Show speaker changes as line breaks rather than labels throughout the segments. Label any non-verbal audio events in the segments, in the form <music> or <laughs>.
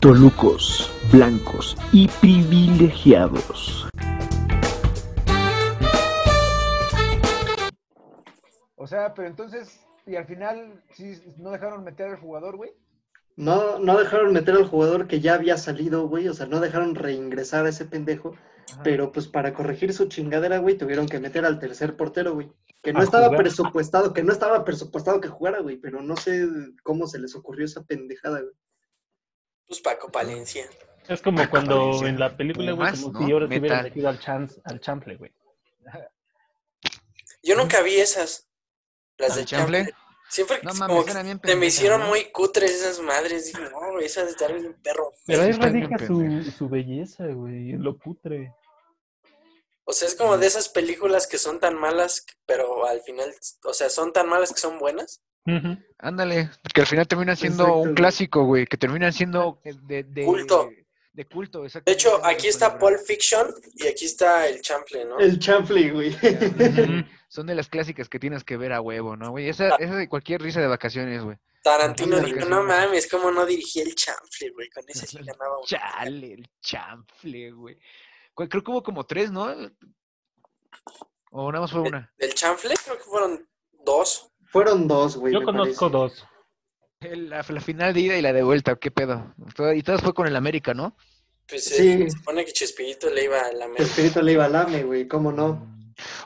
Tolucos, blancos y privilegiados.
O sea, pero entonces, y al final, ¿sí, ¿no dejaron meter al jugador, güey?
No, no dejaron meter al jugador que ya había salido, güey. O sea, no dejaron reingresar a ese pendejo.
Ajá.
Pero pues para corregir su chingadera, güey, tuvieron que meter al tercer portero, güey. Que no
A
estaba
jugar.
presupuestado, que no estaba presupuestado que jugara, güey. Pero no sé cómo se les ocurrió esa pendejada, güey.
Pues Paco Palencia.
Es como cuando
Aparece.
en la película, güey,
Pumas,
como
¿no?
si ahora te
Meta.
hubieran elegido al, chance, al Chample, güey.
Yo nunca vi esas. Las de
¿Al Chample?
Chample. Siempre
No
es
mames,
como que
eran bien
te me
pendejas,
hicieron
¿no?
muy cutres esas madres. Dije, no, güey, esas de estar bien perro.
Pero ahí
Sí, está
radica
bien
su,
pendejo.
su belleza, güey, en lo putre.
O sea, es como de esas películas que son tan malas, que- pero al final, o sea, son tan malas que son buenas.
Ándale, que al final terminan siendo
Exacto,
un
güey.
clásico, güey, que terminan siendo de, de-
Culto.
De culto, exacto.
De hecho, aquí está Pulp Fiction y aquí está el Chample, ¿no?
El chanfle, güey.
Son de las clásicas que tienes que ver a huevo, ¿no, güey?
Ah.
Esa, esa de cualquier risa de vacaciones, güey.
Tarantino
Ah,
dijo,
sí.
no mames, cómo no dirigí el Chample, güey, con
<laughs>
ese sí ganaba. güey".
Chale, el chanfle, güey. Cu- Creo que hubo como tres, ¿no? O nada más fue una.
Del Chample creo que fueron dos.
<laughs> Fueron dos, güey.
Yo
me
conozco
parece.
dos.
El- La, la final de ida y la de vuelta, ¿qué pedo? Toda- Y todas fue con el América, ¿no?
Pues
Sí.
eh, se supone que Chespirito le iba a la
Pues
América.
Espíritu le iba al AME, güey, ¿cómo no?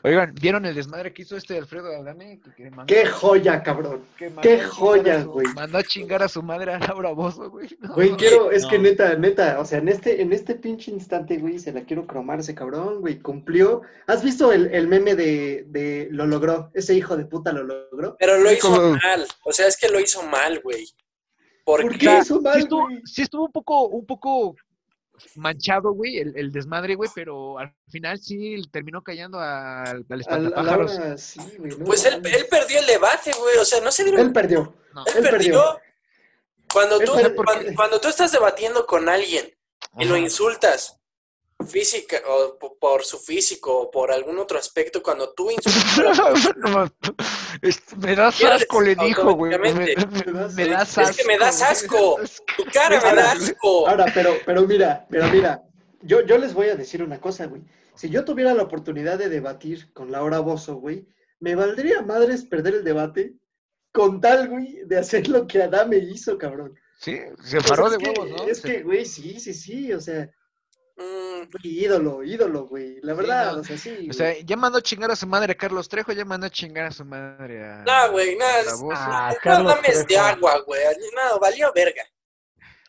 Oigan, ¿vieron el desmadre que hizo este Alfredo Adame? Que- que mandó-
¡Qué joya, cabrón!
mandó
¡Qué
a chingar a
joya,
su-
güey!
Mandó a chingar a su madre a Laura Bozo, güey. <laughs> No,
Güey, quiero, es
no.
que neta, neta, o sea, en este, en este pinche instante, güey, se la quiero cromar ese cabrón, güey, cumplió. ¿Has visto el, el meme de, de lo logró? Ese hijo de puta lo logró.
Pero lo
Sí,
hizo
como-
mal. O sea, es que lo hizo mal, güey.
¿Por,
Porque
qué hizo
sí
mal,
estuvo,
güey?
sí estuvo un poco, un poco manchado, güey, el, el desmadre, güey, pero al final sí terminó cayendo al, al
A, la- a la
espantapájaros.
hora, sí, güey. no
Pues él,
mames.
él perdió el debate, güey. O sea, no se dieron
Él perdió.
No.
Él
Él
perdió.
perdió.
Cuando
Él
tú,
perdió
cuan-
porque-
cuando, tú estás debatiendo con alguien y lo
Ajá.
insultas física o po- por su físico o por algún otro aspecto, cuando tú insultas,
No, mames. <laughs> Es- me das
Pierdes
asco, le dijo, güey. Me,
automáticamente.
me- me
Es
das asco.
es que me das asco.
güey. Es
Tu
<laughs>
cara me da asco.
Ahora, pero, pero mira, pero mira, yo, yo les voy a decir una cosa, güey. Si yo tuviera la oportunidad de debatir con Laura Bozo, güey, me valdría madres perder el debate con tal, güey, de hacer lo que Adame hizo, cabrón.
<laughs> Sí, se paró de
Pues es que-
huevos, ¿no?
Es
Se-
que, güey, sí, sí, sí, o sea,
Mm,
güey, ídolo, ídolo, güey. La
Sí,
verdad,
no.
o sea, sí.
O
güey. <laughs>
sea, ya mandó a chingar a su madre a Carlos Trejo, ya mandó a chingar a su madre a.
No, güey, no,
a
es-
Barbosa.
Ah,
no
Carlos
mames de
Trejo.
agua, güey. No, valió verga.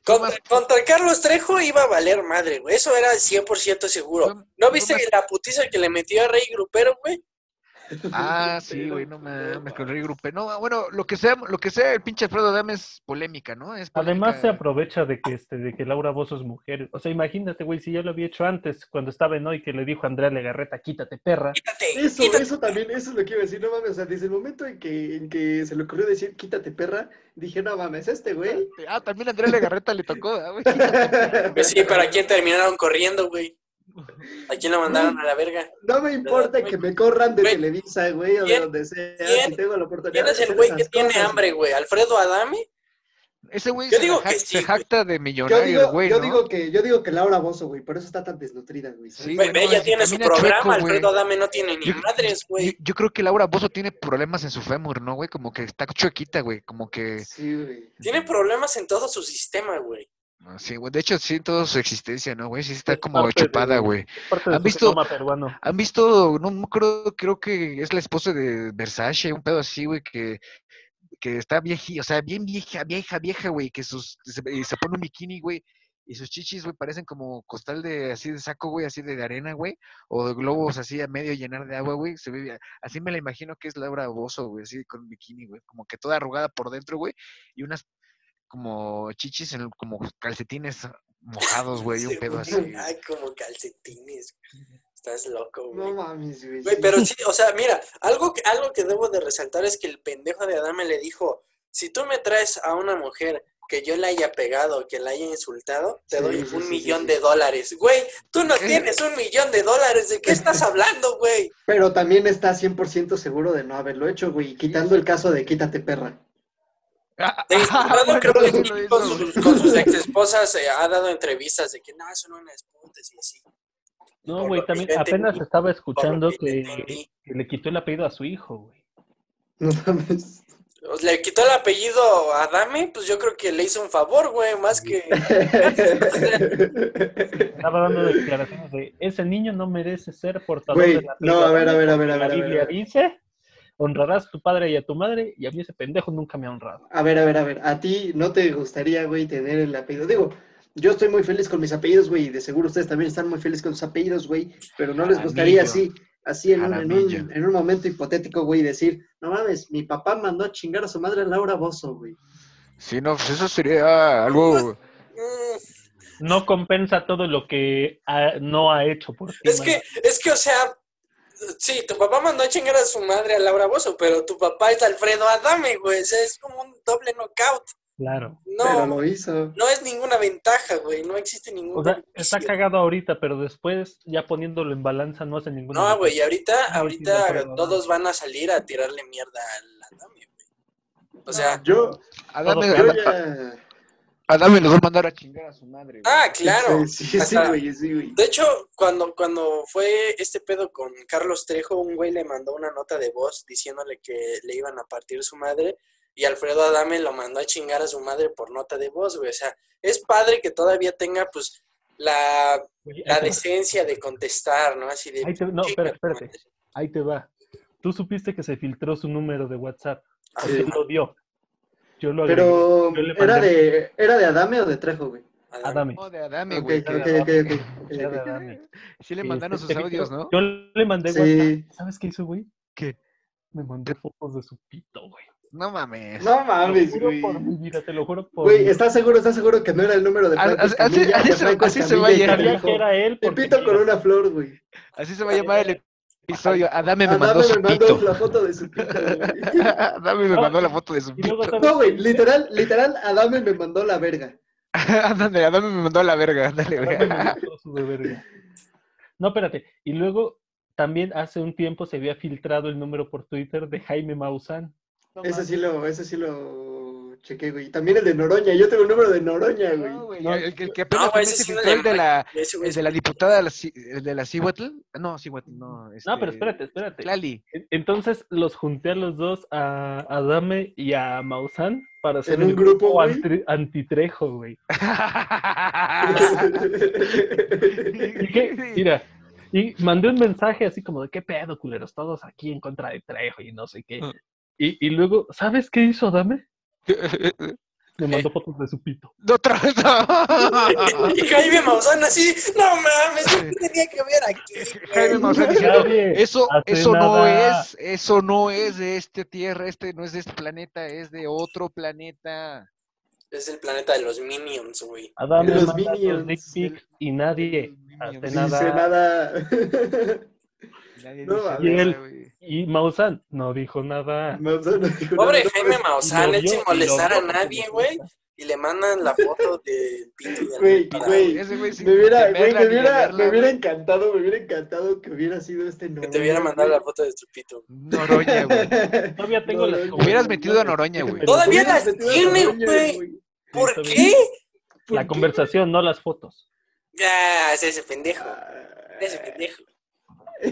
Contra, contra Carlos Trejo iba a valer madre, güey. Eso era 100%
Fue-
seguro. ¿No
fue
viste
más-
la putiza que le metió a Rey Grupero, güey?
Ah, sí, güey, no mames, con el grupo. No, bueno, lo que sea, lo que sea el pinche Alfredo Dame es polémica, ¿no? Es
Además se
polémica.
aprovecha de que este, de que Laura Bozo es mujer. O sea, imagínate, güey, si ya lo había hecho antes, cuando estaba en hoy que le dijo a Andrea Legarreta, quítate, perra.
Quítate,
Eso,
quítate.
eso también, eso es lo que iba a decir, no mames, o sea, desde el momento en que, en que se le ocurrió decir quítate perra, dije, no mames, este güey. <laughs>
Ah, también a Andrea Legarreta le tocó, ah, güey.
<laughs> Pues sí, pero ¿a quién terminaron corriendo, güey? ¿A quién la mandaron a la verga?
No me importa que me corran de
Güey,
Televisa, güey, o de
¿quién-
donde sea,
quién-
si tengo la oportunidad.
¿Quién es
de
el
hacer
güey
esas
que tiene
cosas,
hambre, güey? ¿Alfredo Adame?
Ese güey
Yo
se,
digo
la
que
jac-
sí,
se
güey.
jacta de
Yo,
millonario, el
digo,
güey,
yo
¿no?
digo que, yo digo que Laura Bozo, güey, por eso está tan desnutrida, güey.
Sí,
Güey,
güey, no,
ella
es-
tiene su
camina
programa,
chueco, güey.
Alfredo Adame no tiene ni
Yo-
madres,
Yo,
güey.
yo creo que Laura Bozo tiene problemas en su fémur, ¿no, güey? Como que está chuequita, güey. Como que.
Sí, güey.
Tiene problemas en todo su sistema, güey.
no, Sí, güey. De hecho, sí, en toda su existencia, ¿no, güey? Sí, está
Es
como
parte de-
chupada, güey.
Parte
¿Han
su
visto-
genoma peruano.
¿Han visto? No me acuerdo, creo que es la esposa de Versace, un pedo así, güey, que, que está vieji, o sea, bien vieja, vieja, vieja, güey, que sus, se, y se pone un bikini, güey, y sus chichis, güey, parecen como costal de, así de saco, güey, así de, de arena, güey, o de globos así a medio llenar de agua, güey, se ve, bien- así me la imagino que es Laura Bozo, güey, así con bikini, güey, como que toda arrugada por dentro, güey, y unas como chichis, en, como calcetines mojados, güey, y un
Se
pedo
pone-
así. güey.
Ay, como calcetines. Estás loco, güey.
No mames, güey.
Güey,
sí.
pero sí, o sea, mira, algo que, algo que debo de resaltar es que el pendejo de Adame le dijo, si tú me traes a una mujer que yo la haya pegado, que la haya insultado, te
Sí,
doy
sí,
un
sí,
millón
sí,
de
sí.
dólares. Güey, tú no
<laughs>
¿Qué?
tienes un millón de dólares, ¿de qué estás hablando, güey?
Pero también está 100% seguro de no haberlo hecho, güey, quitando el caso de quítate perra.
De Inspirado, creo que
Sí lo
sí,
hizo,
con, sus, con sus ex esposas eh, ha dado entrevistas de que no, eso no es una esposa, sí, sí.
No,
Por
güey,
lo
también
que yo
apenas
entendí,
estaba escuchando
que yo
que,
entendí.
que le quitó el apellido a su hijo, güey.
No
<laughs>
mames.
Pues, Le quitó el apellido a Adame, pues yo creo que le hizo un favor, güey, más que...
Estaba dando declaraciones de, ese niño no merece ser portador
Güey,
del apellido
no, a ver, a
Adame,
ver, a ver, a ver,
La
a ver, a
Biblia
ver.
dice, honrarás a tu padre y a tu madre, y a mí ese pendejo nunca me ha honrado.
A ver, a ver, a ver. A ti no te gustaría, güey, tener el apellido. Digo, yo estoy muy feliz con mis apellidos, güey, y de seguro ustedes también están muy felices con sus apellidos, güey, pero no les gustaría así,
Jaramillo.
así en un, en, un,
Jaramillo.
en un momento hipotético, güey, decir, no mames, mi papá mandó a chingar a su madre a Laura Bozo, güey.
Sí, no, pues eso sería algo.
Mm,
No compensa todo lo que ha- no ha hecho por ti.
es
man.
que, es que, o sea, sí, tu papá mandó a chingar a su madre a Laura Bozo, pero tu papá es Alfredo Adame, güey, o sea, es como un doble knockout.
Claro.
Pero
No,
lo hizo.
no es ninguna ventaja, güey, no existe ningún
O sea,
beneficio.
está cagado ahorita, pero después, ya poniéndolo en balanza, no hace ninguna.
No, güey, y ahorita,
sí, de acuerdo.
ahorita todos van a salir a tirarle mierda al Adame, güey. O sea,
Yo,
Adame,
Todo-
yo
Adame,
ya...
Adame nos va a mandar a chingar a su madre. güey.
ah, claro.
Sí, sí, sí,
hasta-
güey, sí, güey.
De hecho, cuando, cuando fue este pedo con Carlos Trejo, un güey le mandó una nota de voz diciéndole que le iban a partir su madre y Alfredo Adame lo mandó a chingar a su madre por nota de voz, güey. O sea, es padre que todavía tenga, pues, la,
Güey,
la
ahí te va.
decencia de contestar, ¿no? Así de...
Ahí te- no,
"Chinga
espera,
tu madre".
espérate. Ahí te va. Tú supiste que se filtró su número de WhatsApp.
Ajá,
Sí.
Él lo dio. Yo lo agregué.
Pero,
Yo le
¿era
mandé-
de, ¿era de Adame o de Trejo, güey?
Adame.
Adame.
No, de Adame,
Ok,
güey.
ok,
era
ok,
de
ok.
Era de Adame.
Sí le
Sí,
mandaron
se- <laughs>
sus
se
audios,
filtró.
¿no?
Yo le mandé WhatsApp.
Sí.
¿Sabes qué hizo, güey?
¿Qué?
Me mandó fotos de su pito, güey.
No mames.
No
Te lo
mames,
juro
güey.
por mi vida, te lo juro por mi
Güey,
vida.
¿estás seguro, estás seguro que no era el número de
Ah,
Franco
así- así-
Escamilla?
así
De
se-
Franco
así se
Escamilla
va a
y
llegar,
Sabía
Canijo.
que era él.
Te
porque,
pito con
mira,
una flor, güey.
Así se va a llamar el episodio. Adame <laughs> me
Adame
mandó su
me
<laughs>
mandó
pito.
la foto de su pito,
<laughs>
güey.
Adame me
No,
mandó la foto de su
Y luego,
pito. <laughs>
¿sabes?
No, güey, literal, literal, Adame me mandó la verga.
Ándale, Adame me mandó a la verga. Ándale, güey.
Dame mi trozo de verga. No, espérate. Y luego, también hace un tiempo se había filtrado el número por Twitter de Jaime Maussan. No
Ese
mames.
sí lo, ese sí lo chequé, güey. Y También el de Noroña, yo tengo el número de Noroña, güey.
No, güey,
No,
el, el que apenas
no,
también
ese
se
sí no
filtró,
le
el de la,
Ese güey
el
es-
de la diputada, la Ci- el de la Cihuatl. No, Cihuatl, no.
No, pero
este,
espérate, espérate.
Tlali. <laughs>
En- Entonces los junté a los dos, a Adame y a Maussan, para hacer
un
el
grupo, güey?
antri- antitrejo, güey. <laughs>
Ah.
<laughs>
¿Y
<laughs>
qué? Mira, y mandé un mensaje así como de qué pedo, culeros, todos aquí en contra de Trejo y no sé qué.
Ah.
Y, y luego, ¿sabes qué hizo Adame? Me mandó fotos de su
<laughs>
pito.
No, otra vez,
<laughs>
no.
Y Jaime Maussan así, no mames, yo tenía que ver aquí. güey".
Jaime Maussan diciendo,
Nadie
Eso,
hace
eso no
nada.
es, eso no es de este tierra, este no es de este planeta, es de otro planeta.
Es el planeta de los Minions, güey.
Adame
Los
manda sus
Minions,
dick
el-
pics y nadie. hace
Sí,
nada.
sé nada.
<laughs> Y nadie
No,
dice
a
nada,
ver.
güey.
Y Maussan no dijo nada.
No, no, no digo
Pobre
nada.
Jaime Maussan,
Y lo
él
vio, y
sin
lo
molestar
vio
a
porque
nadie,
le
güey.
gusta.
Y le mandan
<laughs>
la foto de Pito y
Güey,
Almendra,
güey.
Ese güey sin
Me hubiera,
temerla
güey, me
ni
hubiera,
temerla,
me hubiera
güey.
encantado, me hubiera encantado que hubiera sido este
Que
Noroña.
te hubiera mandado la foto de tu pito.
Noroña, <laughs> güey.
Todavía tengo las
Noroña.
Hubieras metido a Noroña,
<laughs>
güey.
Pero
Todavía
Hubieras
las
metido a
tiene,
Noroña,
güey. ¿Por
está
qué?
bien.
¿Por
La
qué?
conversación, no las fotos.
Ya, es ese pendejo.
<laughs>
Es ese pendejo.
Ah,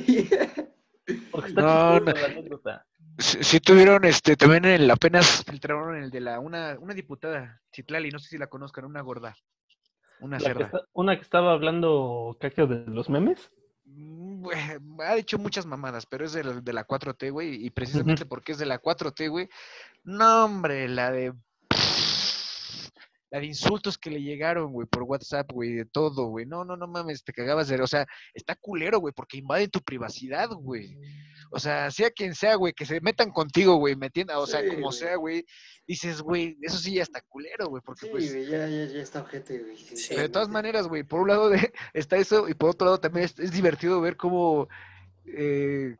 Porque está
No,
chistosa
no.
la anécdota.
Sí, sí tuvieron, este, también el, apenas filtraron el de la, una, una diputada, Citlali, no sé si la conozcan, una gorda, una
La que
cerda.
está- una que estaba hablando, caca, de los memes.
Mm, güey, <laughs> Ha dicho muchas mamadas, pero es de la, de la 4T, güey. Y precisamente porque es de la 4T, güey. No, hombre, la de. La de insultos que le llegaron, güey, por WhatsApp, güey, de todo, güey. No, no, no mames, te cagabas de. O sea, está culero, güey, porque invaden tu privacidad, güey. O sea, sea quien sea, güey, que se metan contigo, güey, me entiendes? o sea,
Sí,
como
güey.
sea, güey. Dices, güey, eso sí ya está culero, güey, porque
Sí,
pues.
güey, ya, ya, ya está ojete, güey. Sí,
Sí.
Pero de todas maneras, güey, por un lado de- <laughs> está eso y por otro lado también es, es divertido ver cómo... eh,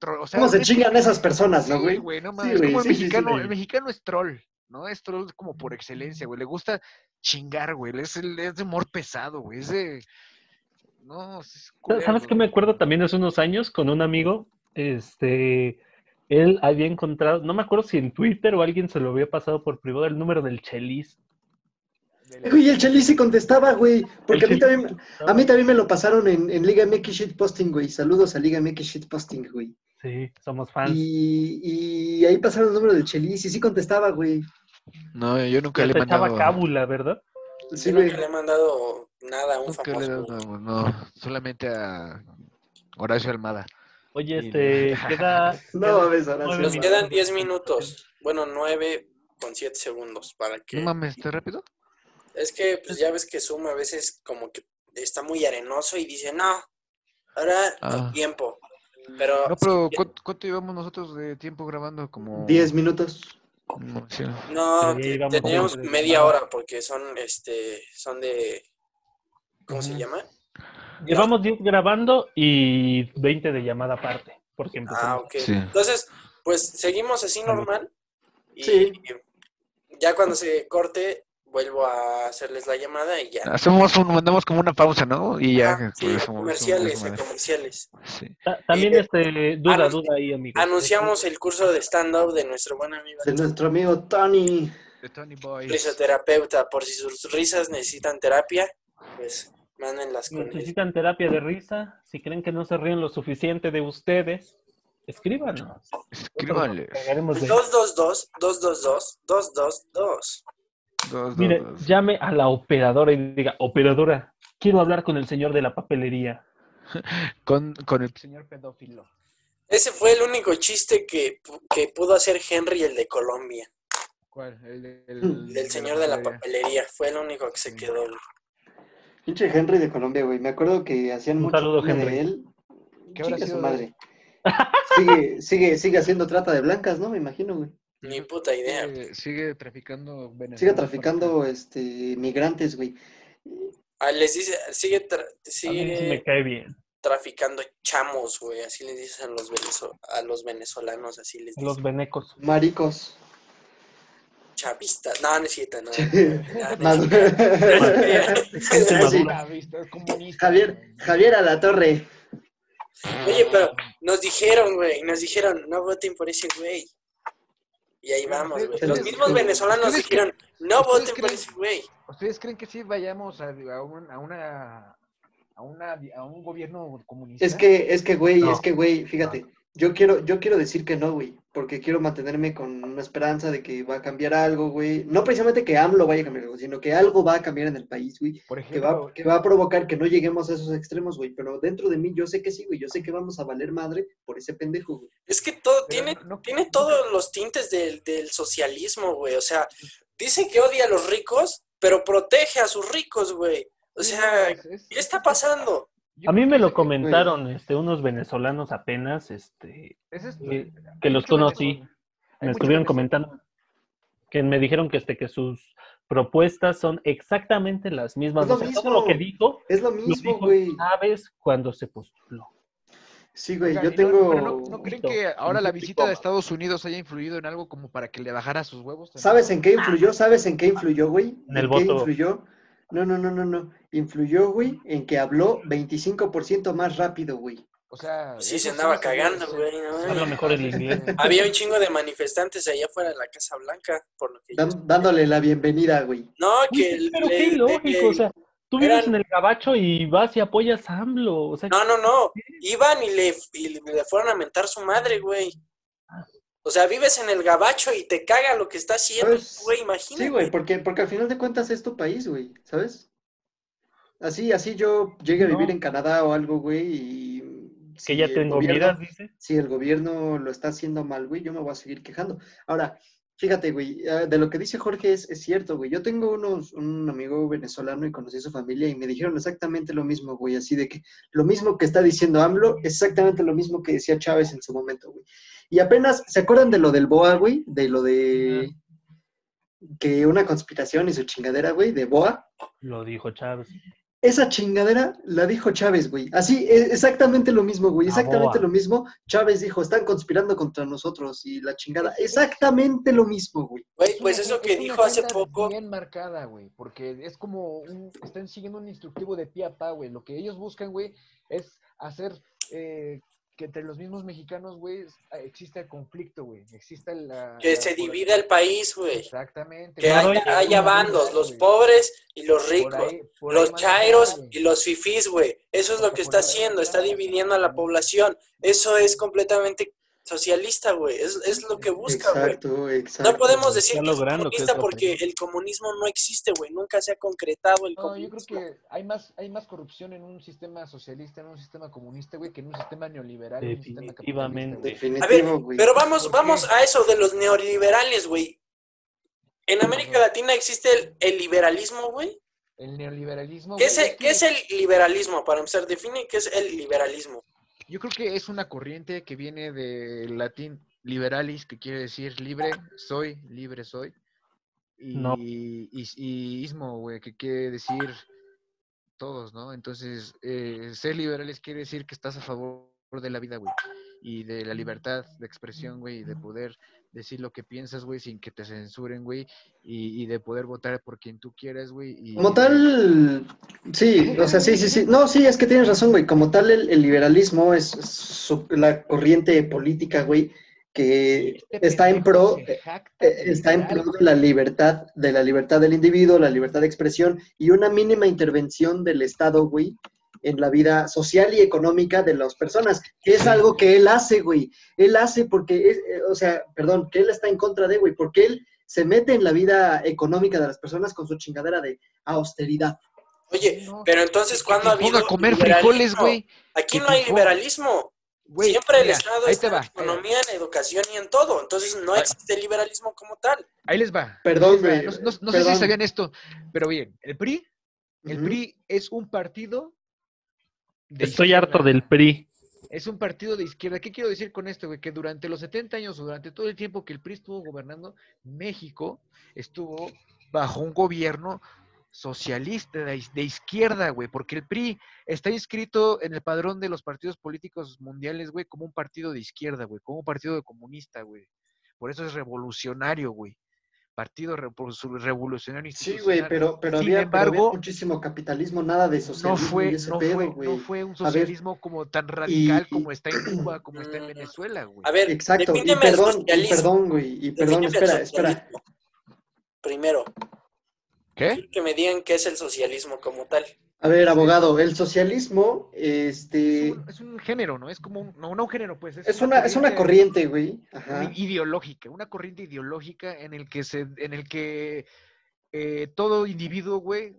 tro- o sea,
¿Cómo se
es-
chingan esas personas, no,
sí,
güey?
güey? No mames,
güey,
como
sí,
el,
sí, sí,
mexicano,
güey.
el mexicano es troll, ¿no? Es troll como por excelencia, güey. Le gusta chingar, güey. Es, el- es de humor pesado, güey. Es de... No, es
Sa-
culero,
¿Sabes qué me
güey.
acuerdo también hace unos años con un amigo? Este, él había encontrado, no me acuerdo si en Twitter o alguien se lo había pasado por privado el número del Chelis.
Güey, el Chelis sí contestaba, güey. Porque a
El
mí,
Chelis
también, a mí también me lo pasaron en, en Liga MX Shit Posting, güey. Saludos a Liga MX Shit Posting, güey.
Sí, somos fans.
Y, y ahí pasaron el número del Chelis y sí contestaba, güey.
No, yo nunca
Que
le he
te echaba
mandado.
cábula, ¿verdad?
Sí,
Yo
güey.
nunca le he mandado nada a un
Nunca le he
famoso.
dado, no, solamente a Horacio Almada.
Oye,
Y-
este, queda,
<laughs> No mames, ahora sí.
Muy
Nos
bien.
quedan 10 minutos. Bueno, 9 con 7 segundos para que...
No mames, ¿está rápido?
Es que pues ya ves que Zoom a veces como que está muy arenoso y dice, no, ahora
Ah.
con tiempo. Pero,
No, pues, pero ¿cuánto, cuánto llevamos nosotros de tiempo grabando? Como
10 minutos.
como- sí.
no,
Sí,
te-
vamos
tenemos
bien.
media hora porque son, este, son de... ¿Cómo se
Ujú.
llama?
llevamos 10 grabando y 20 de llamada aparte, porque
Ah,
empezamos.
ok.
Sí.
Entonces, pues seguimos así normal. Y
Sí.
ya cuando se corte, vuelvo a hacerles la llamada y ya.
Hacemos un, mandamos como una pausa, ¿no? Y Ah, ya.
Ajá, sí,
pues, somos-
comerciales,
somos-
a comerciales.
sí.
Ta- También
Eh,
este, duda,
anunci-
duda ahí, amigo.
Anunciamos el curso de stand-up de nuestro buen amigo
De nuestro amigo Tony.
De Tony Boy.
risoterapeuta. Por si sus risas necesitan terapia, pues mándenlas con él.
Necesitan terapia de risa. Si creen que no se ríen lo suficiente de ustedes, escríbanos.
Escríbanle.
Cargaremos de-
222 222 222
Dos, dos,
Mire,
dos.
llame a la operadora y diga, operadora, quiero hablar con el señor de la papelería.
Con, con el señor pedófilo.
Ese fue el único chiste que, que pudo hacer Henry, el de Colombia.
¿Cuál? El,
Del señor de la
papelería.
papelería. Fue el único que se
Sí.
quedó.
Pinche Henry de Colombia, güey. Me acuerdo que hacían
Un
mucho
saludo,
meme
Henry.
de él.
¿Qué habrá
Chinga su
sido de
madre. <laughs> sigue, sigue, sigue haciendo trata de blancas, ¿no? Me imagino, güey.
Ni puta idea.
Sigue, sigue traficando venezolanos.
Sigue
por
traficando
acá.
este migrantes, güey.
Ah, les dice, sigue, tra-
A mí sí me
sigue
cae bien.
traficando chamos, güey. Así les dicen a los, venezo- a los venezolanos, así les
A
dicen.
Los venecos.
Maricos.
Chavistas. No, no es cierto,
<laughs>
no. Ya, no
Más-
es cierto.
Gente
<laughs> Sí.
madura.
este Javier, Javier a la torre.
Oye, pero nos dijeron, güey, nos dijeron, no voten por ese güey. Y ahí vamos, güey. Los mismos venezolanos
¿Ustedes
dijeron, no
ustedes
voten por
creen-
ese güey.
¿Ustedes creen que sí vayamos a, a un, a una... A, una, a un gobierno comunista.
Es que, es que, güey,
No.
es que, güey, fíjate. Yo quiero, yo quiero decir que no, güey. Porque quiero mantenerme con una esperanza de que va a cambiar algo, güey. No precisamente que AMLO vaya a cambiar algo, sino que algo va a cambiar en el país, güey.
por
que va,
ejemplo,
que va a provocar que no lleguemos a esos extremos, güey. Pero dentro de mí yo sé que sí, güey. Yo sé que vamos a valer madre por ese pendejo, güey.
Es que todo,
Pero
tiene,
no- no-
tiene todos los tintes del, del socialismo, güey. O sea, dicen que odia a los ricos, pero protege a sus ricos, güey. O sea,
es- es-
¿qué está pasando?
yo
A mí
creo
me
que
lo
ese-
comentaron este, unos venezolanos apenas, este,
ese es-
que-
hay
que los
mucho
conocí.
venezolano. Hay
me
mucho
estuvieron
venezolano.
comentando que me dijeron que este que sus propuestas son exactamente las mismas.
Es lo
O sea,
mismo.
todo lo que dijo
Es lo
lo
mismo,
dijo
güey.
Ah,
sabes cuando se postuló.
Sí, güey.
Oigan,
Yo
y no-
tengo.
pero no, ¿no creen que ahora la
Un
visita de
poquito.
Estados Unidos haya influido en algo como para que le bajara sus huevos? también?
¿Sabes en qué influyó? ¿Sabes en qué influyó, güey?
En el
qué
voto.
influyó? No, no, no, no, no. Influyó, güey, en que habló 25% más rápido, güey.
O sea,
Sí, se
eso
andaba
me-
cagando,
se-
güey, no
se-
A lo mejor el inglés.
Había un chingo de manifestantes allá afuera de la Casa Blanca, por lo que yo...
Dan- dándole la bienvenida, güey.
No, que...
Oye, Pero
le-
qué
le-
lógico, o sea, tú vives
eh, eran-
en el gabacho y vas y apoyas a AMLO. O sea,
No, no, no. Iban y le, y le fueron a mentar su madre, güey. O sea, vives en el gabacho y te caga lo que está haciendo,
Pues,
güey, imagínate.
Sí, güey, porque, porque al final de cuentas es tu país, güey, ¿sabes? Así, así yo llegué a vivir
No.
en Canadá o algo, güey, y...
que
si
ya
el
tengo
gobierno-
vidas, dice.
Si el gobierno lo está haciendo mal, güey, yo me voy a seguir quejando. Ahora, fíjate, güey, ah, de lo que dice Jorge es, es cierto, güey. Yo tengo unos, un amigo venezolano y conocí a su familia y me dijeron exactamente lo mismo, güey, así de que lo mismo que está diciendo AMLO, exactamente lo mismo que decía Chávez en su momento, güey. Y apenas, ¿se acuerdan de lo del BOA, güey? De lo de... Que una conspiración y su chingadera, güey, de BOA.
Lo dijo Chávez.
Esa chingadera la dijo Chávez, güey. Así, e- exactamente lo mismo, güey.
Ah,
La
Exactamente
boa.
lo mismo. Chávez dijo, están conspirando contra nosotros y la chingada. Exactamente lo mismo, güey.
Güey, pues
Es
eso
una-
que
es una
dijo hace
agenda
poco,
Bien marcada, güey, porque es como un- están siguiendo un instructivo de pie a pa, güey. Lo que ellos buscan, güey, es hacer eh,
que entre los mismos mexicanos, güey, es- ah, exista el conflicto, güey. Exista la...
Que
la-
se divida el país, güey.
Exactamente.
Que
güey.
Claro,
haya,
ya-
haya
Una
bandos,
vida,
los
güey.
pobres y los
Por
ricos,
ahí- por ahí
los
manda
chairos
madre.
y los fifís, güey. Eso es lo que está haciendo, está dividiendo a la población. Eso es completamente socialista, güey. Es, es lo que busca, güey.
Exacto, exacto.
No podemos decir
Está
que es
logrando que es
comunista
lo
porque
peor.
el comunismo no existe, güey. Nunca se ha concretado el
No, yo
comunismo.
creo que hay más, hay más corrupción en un sistema socialista, en un sistema comunista, güey, que en un sistema neoliberal. en un sistema
Definitivamente.
capitalista,
Definitivo, güey.
Pero vamos,
¿Por qué?
vamos a eso de los neoliberales, güey. En América
Ajá.
Latina existe el, el liberalismo, güey.
güey. El neoliberalismo.
¿Qué es,
güey,
el, qué es el liberalismo? Para empezar, define qué es el liberalismo.
Yo creo que es una corriente que viene del latín liberalis, que quiere decir libre, soy, libre soy. Y,
No.
y, y ismo, güey, que quiere decir todos, ¿no? Entonces, eh, ser liberales quiere decir que estás a favor de la vida, güey. Y de la libertad de expresión, güey, y de poder decir lo que piensas, güey, sin que te censuren, güey. Y, y de poder votar por quien tú quieras, güey. y-
Como tal, sí, o sea, sí, sí, sí. No, sí, es que tienes razón, güey. Como tal, el, el liberalismo es su- la corriente política, güey, que
Este
está en
pendejo
pro,
se jacta
eh,
de
está en
liberal,
pro de
güey.
la libertad, de la libertad del individuo, la libertad de expresión y una mínima intervención del Estado, güey, en la vida social y económica de las personas, que es algo que él hace, güey. Él hace porque, es- eh, o sea, perdón, que él está en contra de, güey, porque él se mete en la vida económica de las personas con su chingadera de austeridad.
Oye,
No,
pero entonces, ¿cuándo ha
que te ponga
habido
a comer
liberalismo?
frijoles, güey.
Aquí
que
no
te
hay
ponga-
liberalismo.
Güey,
Siempre el
mira,
Estado
ahí
está
te va,
en economía, en educación y en todo. Entonces, no
Ahí-
existe el liberalismo como tal.
Ahí les va.
Perdón,
Ahí
güey,
les va. No, no- no sé si
perdón.
sabían esto, pero bien, el PRI, el
Ujú.
PRI es un partido. de
Estoy
izquierda.
harto del PRI.
Es un partido de izquierda. ¿Qué quiero decir con esto, güey? Que durante los 70 años, o durante todo el tiempo que el PRI estuvo gobernando, México estuvo bajo un gobierno socialista de, iz- de izquierda, güey, porque el PRI está inscrito en el padrón de los partidos políticos mundiales, güey, como un partido de izquierda, güey, como un partido de comunista, güey. Por eso es revolucionario, güey. Partido re- por su- revolucionario.
Sí, güey,
institucional.
pero, pero,
Sin
había, pero había
embargo,
muchísimo capitalismo, nada de socialismo
no fue,
y ese
no,
pedo,
fue,
güey.
no fue un
ver,
socialismo como tan radical como está en Cuba, como está
<clears throat>
en
Mm,
Venezuela, güey.
A ver,
Exacto, y
defíneme el
perdón, y
socialismo.
perdón, güey, y perdón,
Defíneme el
espera, espera.
socialismo. Primero,
¿Qué?
quiero que me digan qué es el socialismo como tal.
A ver, abogado, el socialismo,
Es
este,
un, es un género, ¿no? Es como un, no, no un género, pues.
es una, es una corriente, güey, ajá,
i- ideológica, una corriente ideológica en el que se, en el que eh, todo individuo, güey,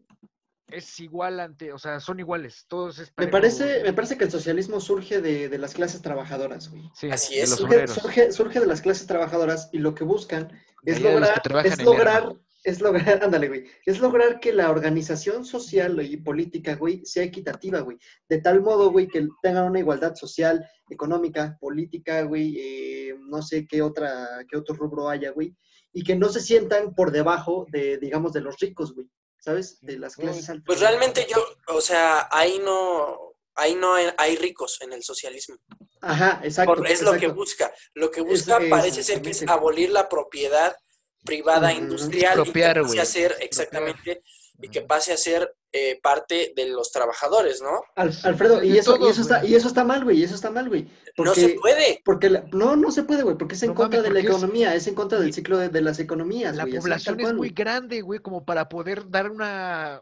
es igual ante, o sea, son iguales, todos es
me
parejo,
parece,
güey.
me parece que el socialismo surge de, de las clases trabajadoras, güey.
Sí,
Así
de
es.
los
Surge,
obreros.
surge, surge de las clases trabajadoras y lo que buscan
de
es
allá de los que
lograr,
trabajan
es
en Lerma.
lograr, es lograr, <laughs> ándale, güey, es lograr que la organización social y política, güey, sea equitativa, güey, de tal modo, güey, que tengan una igualdad social, económica, política, güey, eh, no sé qué otra, qué otro rubro haya, güey, y que no se sientan por debajo de, digamos, de los ricos, güey, ¿sabes? De las clases altas.
Pues realmente yo, o sea, ahí no, ahí no hay ricos en el socialismo.
Ajá, exacto.
Por- es lo que
exacto.
busca. Lo que busca
Es- es-
parece ser que es
exactamente.
abolir la propiedad privada
Ujú.
industrial
Expropiar,
y que pase
güey,
a ser
expropiar.
exactamente y que pase a ser eh, parte de los trabajadores, ¿no?
Al- Alfredo, y
De
eso, y
todos,
eso está,
güey.
y eso está mal, güey, y eso está mal, güey.
No se
porque-
puede.
Porque la- no, no se puede, güey, porque es en
No
contra
mames,
de la
porque es-
economía, es en contra del ciclo de, de las economías,
La
güey, así,
población
tal cual,
es muy
güey.
grande, güey, como para poder dar una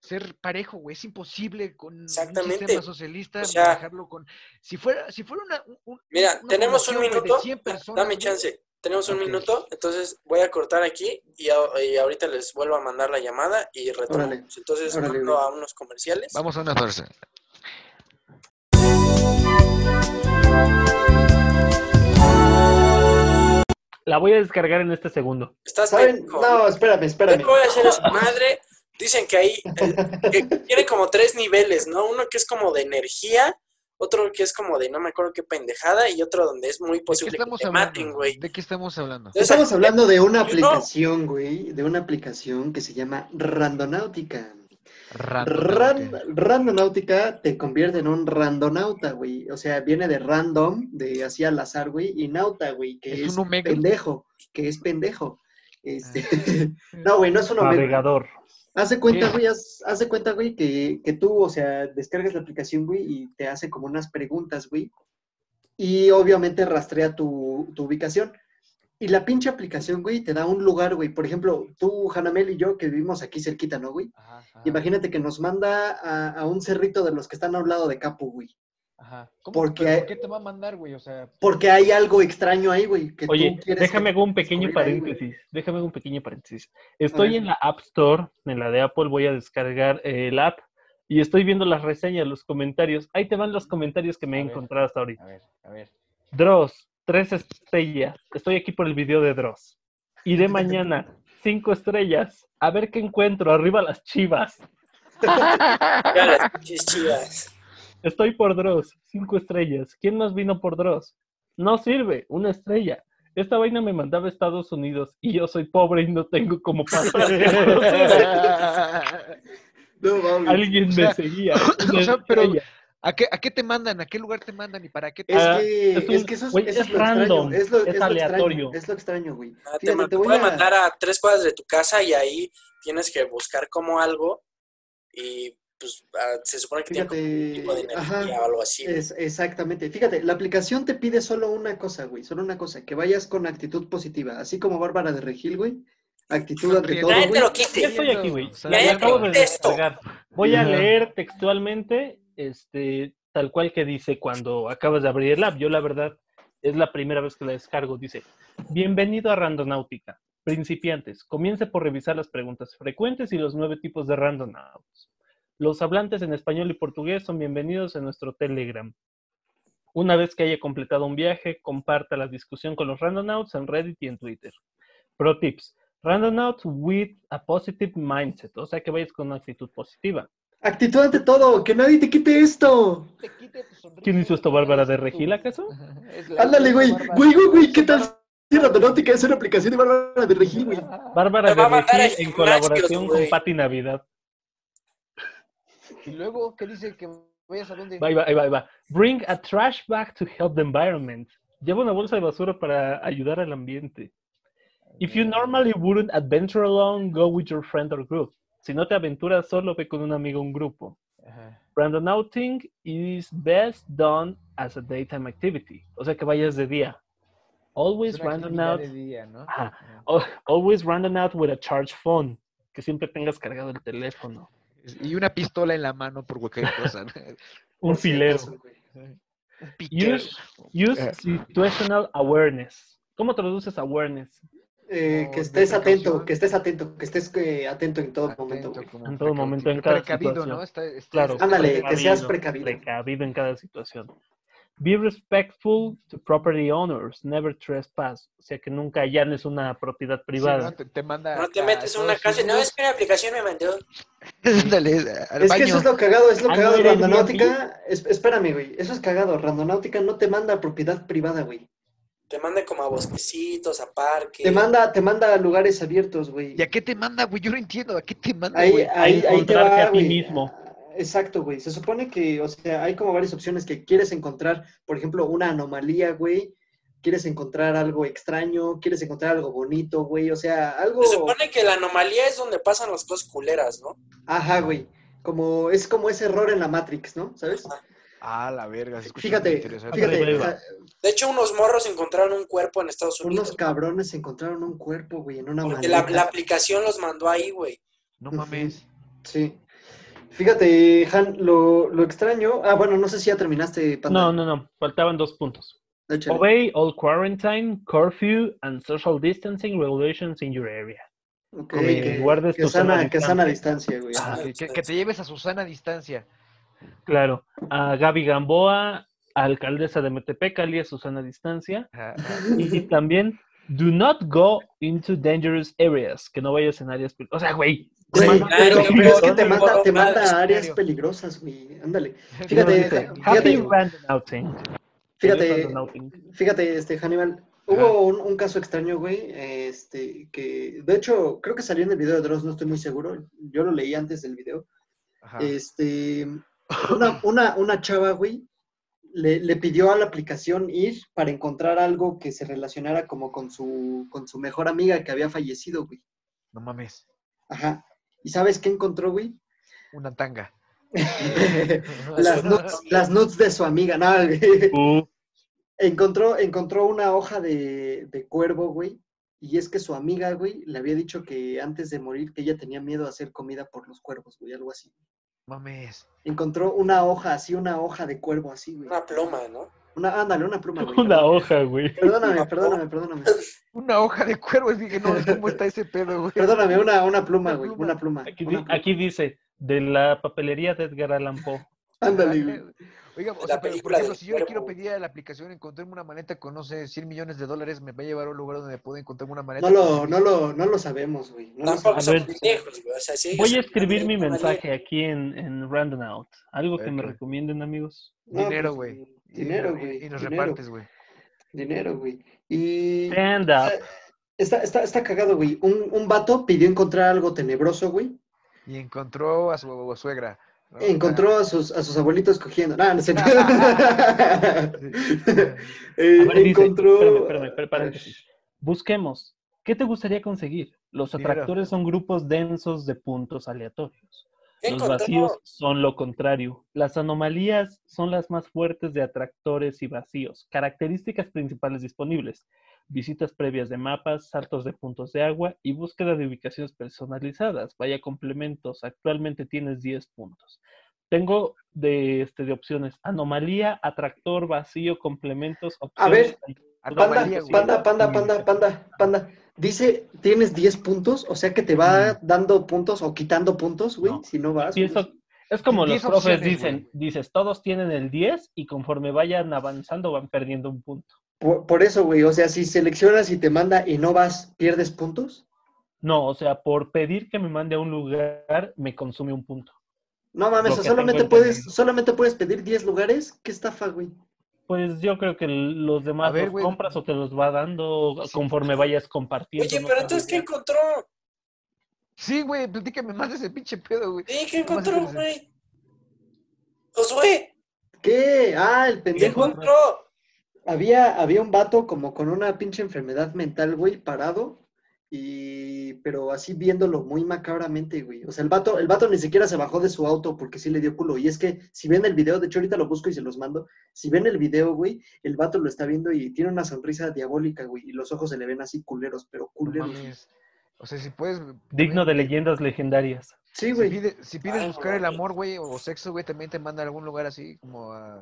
ser parejo, güey, es imposible con un
Exactamente.
sistema socialista
O sea-
manejarlo con si fuera si fuera una un- un-
Mira,
una
tenemos un
población, güey, de
minuto. Ah,
100 personas,
Dame
güey.
chance. Tenemos un
Ok.
minuto, entonces voy a cortar aquí y, a- y ahorita les vuelvo a mandar la llamada y retomamos.
Órale.
Entonces
Órale,
mando
güey.
a unos comerciales.
Vamos a una pausa.
La voy a descargar en este segundo.
¿Estás
¿Saben?
pendejo?
No, espérame,
Yo
espérame.
te voy a hacer a su madre. Dicen que ahí eh, que tiene como tres niveles, ¿no? Uno que es como de energía, otro que es como de no me acuerdo qué pendejada, y otro donde es muy
¿De qué
posible que
estamos
te
hablando?
maten, güey.
¿De qué estamos hablando?
Entonces,
Estamos hablando de una
no.
aplicación, güey, de una aplicación que se llama Randonáutica. Ran-
Random.
Randonáutica te convierte en un randonauta, güey. O sea, viene de random, de así al azar, güey, y nauta, güey, que
¿Es
es,
un omega?
pendejo, que es pendejo. Este,
Ah.
<laughs> no, güey, no es un omega.
Navegador.
Hace cuenta,
Sí.
güey, haz, haz de cuenta, güey, que, que tú, o sea, descargas la aplicación, güey, y te hace como unas preguntas, güey, y obviamente rastrea tu, tu ubicación. Y la pinche aplicación, güey, te da un lugar, güey. Por ejemplo, tú, Hanamel y yo, que vivimos aquí cerquita, ¿no, güey?
Ajá,
Ah.
ajá,
Imagínate que nos manda a, a un cerrito de los que están a un lado de Capu, güey.
ajá. ¿Cómo?
porque-
¿Pero ¿Por qué te va a mandar, güey? O
<laughs>
sea,
Porque hay algo extraño ahí, güey. Que
Oye,
tú quieres
déjame
que-
hago un pequeño
descubrir ahí, güey.
paréntesis. déjame hago un pequeño paréntesis. Estoy
ver.
en la App Store, en la de Apple, voy a descargar eh, el app y estoy viendo las reseñas, los comentarios. Ahí te van
Mm,
los comentarios que me he
A ver.
encontrado hasta ahorita.
a ver, a ver.
Dross, tres estrellas. Estoy aquí por el video de Dross.
<laughs>
Iré mañana, cinco estrellas. A ver qué encuentro. Arriba las chivas.
Ya las pinches chivas.
Estoy por Dross, cinco estrellas. ¿Quién más vino por Dross? No sirve, una estrella. Esta vaina me mandaba a Estados Unidos y yo soy pobre y no tengo como <laughs> pasar.
No, mames.
Alguien
O
me
sea, <coughs>
seguía.
o sea, pero-
estrella.
¿A qué, ¿A qué te mandan? ¿A qué lugar te mandan? ¿Y para qué te
Es,
Ah,
que,
es un-
es que eso es,
güey,
eso
es
es lo
random,
extraño. Es lo,
es
es lo
aleatorio.
extraño. Es lo extraño, güey.
Ah, te
Fíjate,
ma-
te voy
puede
a-
mandar a tres cuadras de tu casa y ahí tienes que buscar como algo y pues ah, se supone que tiene como un tipo de
Fíjate.
energía
Ajá.
o algo así. güey.
Es- exactamente. Fíjate, la aplicación te pide solo una cosa, güey. Solo una cosa. Que vayas con actitud positiva. Así como Bárbara de Regil, güey. Actitud ante todo,
Nadie te
güey.
lo quite.
Ya estoy aquí, güey.
O sea,
Ya
ya
acabo de
contesto.
descargar. Voy a
Ajá.
leer textualmente, este, tal cual que dice cuando acabas de abrir el app. Yo, la verdad, es la primera vez que la descargo. Dice: Bienvenido a Randonáutica. Principiantes, comience por revisar las preguntas frecuentes y los nueve tipos de randonauts. Los hablantes en español y portugués son bienvenidos en nuestro Telegram. Una vez que haya completado un viaje, comparta la discusión con los randonauts en Reddit y en Twitter. Pro tips. Randonaut with a positive mindset, o sea que vayas con una actitud positiva.
Actitud ante todo. Que nadie te quite esto.
Te quite tu sonrisa.
¿Quién hizo esto, Bárbara de
<laughs>
Regil, acaso?
Es la-
Ándale, güey.
Bárbara.
Güey, güey, güey. ¿Qué tal si Randonáutica es una aplicación de Bárbara de Regil, güey?
Bárbara
Te va
de
a mandar
Regil
a
en
gimnasios,
colaboración con
güey.
Patti Navidad.
Y luego, ¿qué dice? Que vayas a dónde.
Ahí va, ahí va, ahí va. Bring a trash bag to help the environment. Lleva una bolsa de basura para ayudar al ambiente. If you normally wouldn't adventure alone, go with your friend or group. Si no te aventuras solo, ve con un amigo o un grupo.
Ajá.
Randonauting is best done as a daytime activity. O sea que vayas de día. Always
Es una
random
actividad
out.
de día, ¿no?
Ajá.
Ajá.
al- Always random out with a charge phone. Que siempre tengas cargado el teléfono.
Y una pistola en la mano por cualquier cosa. ¿no?
<laughs> Un
Por si
filero.
acaso, güey.
Un piquero.
Use- Use
Eh.
situational awareness. ¿Cómo traduces awareness?
Eh,
O
que estés atento,
precaución.
que estés atento, que estés eh, atento en todo
Atento,
momento. güey.
como
En todo
precau-
momento, en
pre-
cada
precavido,
situación.
¿no? Está- está- este,
Claro.
está-
Ándale, que
precavido.
seas precavido.
Precavido en cada situación. Be respectful to property owners. Never trespass. O sea que nunca allanes una propiedad
Sí,
privada.
¿no? te, te manda
No te
a
metes en una
Estados
casa y no
Unidos.
es que la aplicación me mandó.
Ándale, al
Es que
baño.
eso es lo cagado, es lo
Ah,
cagado
¿no
de
era
Randonáutica. Es- espérame, güey, eso es cagado. Randonáutica no te manda a propiedad privada, güey.
Te manda como a bosquecitos, a parques.
Te manda, te manda a lugares abiertos, güey.
Eh. ¿Y a qué te manda, güey? Yo no entiendo. ¿A qué te manda,
Ahí,
güey?
ahí, ahí te
encontrarte
va,
a ti
güey.
mismo.
Exacto, güey. Se supone que, o sea, hay como varias opciones que quieres encontrar, por ejemplo, una anomalía, güey. Quieres encontrar algo extraño, quieres encontrar algo bonito, güey. O sea, algo.
Se supone que la anomalía es donde pasan las cosas culeras, ¿no?
Ajá, güey. Como, es como ese error en la Matrix, ¿no? ¿Sabes?
Ah, la verga. se escucha
Fíjate,
interesante.
fíjate,
Ahí
o
va.
sea,
De hecho, unos morros encontraron un cuerpo en Estados Unidos.
unos cabrones encontraron un cuerpo, güey, en una
porque la, la
maleta.
aplicación los mandó ahí, güey.
No mames.
Sí. Fíjate, Han, lo, lo extraño. Ah, bueno, no sé si ya terminaste, Panda.
No, no, no. Faltaban dos puntos.
Échale.
Obey all quarantine, curfew, and social distancing regulations in your area.
Ok,
Obey,
que,
guardes
que
tu
sana,
sana
que sana distancia, güey. <laughs>
Ah,
Que, que- que te lleves a Susana a distancia.
Claro. A Gaby Gamboa, alcaldesa de Metepec, alias Susana Distancia.
Ah,
Y también, do not go into dangerous areas. Que no vayas en áreas. peli- O sea, güey. te
Güey,
mandan-
pero,
claro,
pero es que te
no,
manda, te
no,
manda
no,
a áreas
serio.
peligrosas, güey. Ándale.
ah.
<laughs>
Fíjate,
Fíjate,
dice,
fíjate.
happy randonauting.
Fíjate,
Randonauting.
fíjate, este, Hannibal. Hubo un, un caso extraño, güey, este, que, de hecho, creo que salió en el video de Dross, no estoy muy seguro. Yo lo leí antes del video.
Ajá.
Este, una, una, una chava, güey, le, le pidió a la aplicación ir para encontrar algo que se relacionara como con su, con su mejor amiga que había fallecido, güey.
No mames.
Ajá. ¿Y sabes qué encontró, güey? <laughs>
Una tanga.
las, nudes, las nudes de su amiga, nada, güey. <laughs>
Uh,
Encontró, encontró una hoja de, de cuervo, güey. Y es que su amiga, güey, le había dicho que antes de morir, que ella tenía miedo a hacer comida por los cuervos, güey, algo así.
Mames.
Encontró una hoja, así, una hoja de cuervo, así, güey.
Una pluma, ¿no?
Una, ándale, una pluma, güey.
Una hoja, güey.
Perdóname, perdóname, perdóname.
Una hoja de cuervo. y Dije, no, ¿cómo está ese pedo, güey?
Perdóname, una, una pluma, güey,
pluma.
una pluma.
Aquí, di-
Una pluma.
aquí dice, de la papelería de Edgar Allan Poe.
Ándale, güey.
Oiga, o
La
sea, pero, por
película
ejemplo,
del
si yo le quiero
cuervo.
pedir a la aplicación encontrarme una maleta con, no sé, 100 millones de dólares, me va a llevar a un lugar donde puedo encontrarme una maleta.
No lo, no lo, no lo sabemos, güey. No lo
Tampoco
A
sabemos.
son
ver.
pendejos, güey. O sea, sí hay que
Voy a
ser-
escribir mi
Ándale.
mensaje aquí en, en Random Out. Algo que me
Ok.
recomienden, amigos.
No,
Dinero,
pues,
güey. Y-
Dinero,
y-
güey.
Y nos
dinero,
repartes, güey.
Dinero, güey. Y.
Stand
o sea,
up.
Está, está, está cagado, güey. Un, un vato pidió encontrar algo tenebroso, güey.
Y encontró a su suegra. ¿no?
Encontró a sus, a sus abuelitos cogiendo. No,
<laughs>
no sé. Eh,
A ver, dice,
encontró.
espérame, espérame,
Eh,
espérame, paréntesis. Busquemos. ¿Qué te gustaría conseguir? Los
Dinero.
atractores son grupos densos de puntos aleatorios.
¿Qué
Los
encontró?
vacíos son lo contrario. Las anomalías son las más fuertes de atractores y vacíos. Características principales disponibles. Visitas previas de mapas, saltos de puntos de agua y búsqueda de ubicaciones personalizadas. Vaya complementos. Actualmente tienes 10 puntos. Tengo de, este, de opciones. Anomalía, atractor, vacío, complementos,
A
opciones.
ver, Panda,
Anomalía, güey.
panda,
Mm.
panda, panda, panda, panda. Dice, tienes 10 puntos, o sea que te va dando puntos o quitando puntos, güey,
Mm. No.
si no vas.
Y eso- es como los
Diez
profes
opciones,
dicen, dices, todos tienen el 10 y conforme vayan avanzando van perdiendo un punto.
Por, por eso, güey, o sea, si seleccionas y te manda y no vas, ¿pierdes puntos?
No, o sea, por pedir que me mande a un lugar, me consume un punto.
No mames,
Lo
o sea,
que tengo
solamente puedes,
entendido.
solamente puedes pedir 10 lugares. Qué estafa, güey.
Pues yo creo que los demás
ver,
los
güey.
compras o te los va dando
Sí.
conforme vayas compartiendo.
Oye,
¿no?
pero entonces, ¿qué encontró?
Sí, güey, platícame más de ese pinche pedo, güey.
Sí, ¿qué
Nomás
encontró,
es-
güey? Josué,
¿Qué? Ah, el
¿qué
pendejo.
encontró?
Había, había un vato como con una pinche enfermedad mental, güey, parado, y pero así viéndolo muy macabramente, güey. O sea, el vato, el vato ni siquiera se bajó de su auto porque sí le dio culo. Y es que si ven el video, de hecho ahorita lo busco y se los mando, si ven el video, güey, el vato lo está viendo y tiene una sonrisa diabólica, güey, y los ojos se le ven así culeros, pero
No
culeros.
mames. O sea, si puedes.
Digno de leyendas legendarias.
Sí,
Si,
güey.
pide- si pides
Ay,
buscar el
güey.
amor, güey, o sexo, güey, también te manda a algún lugar así, como a.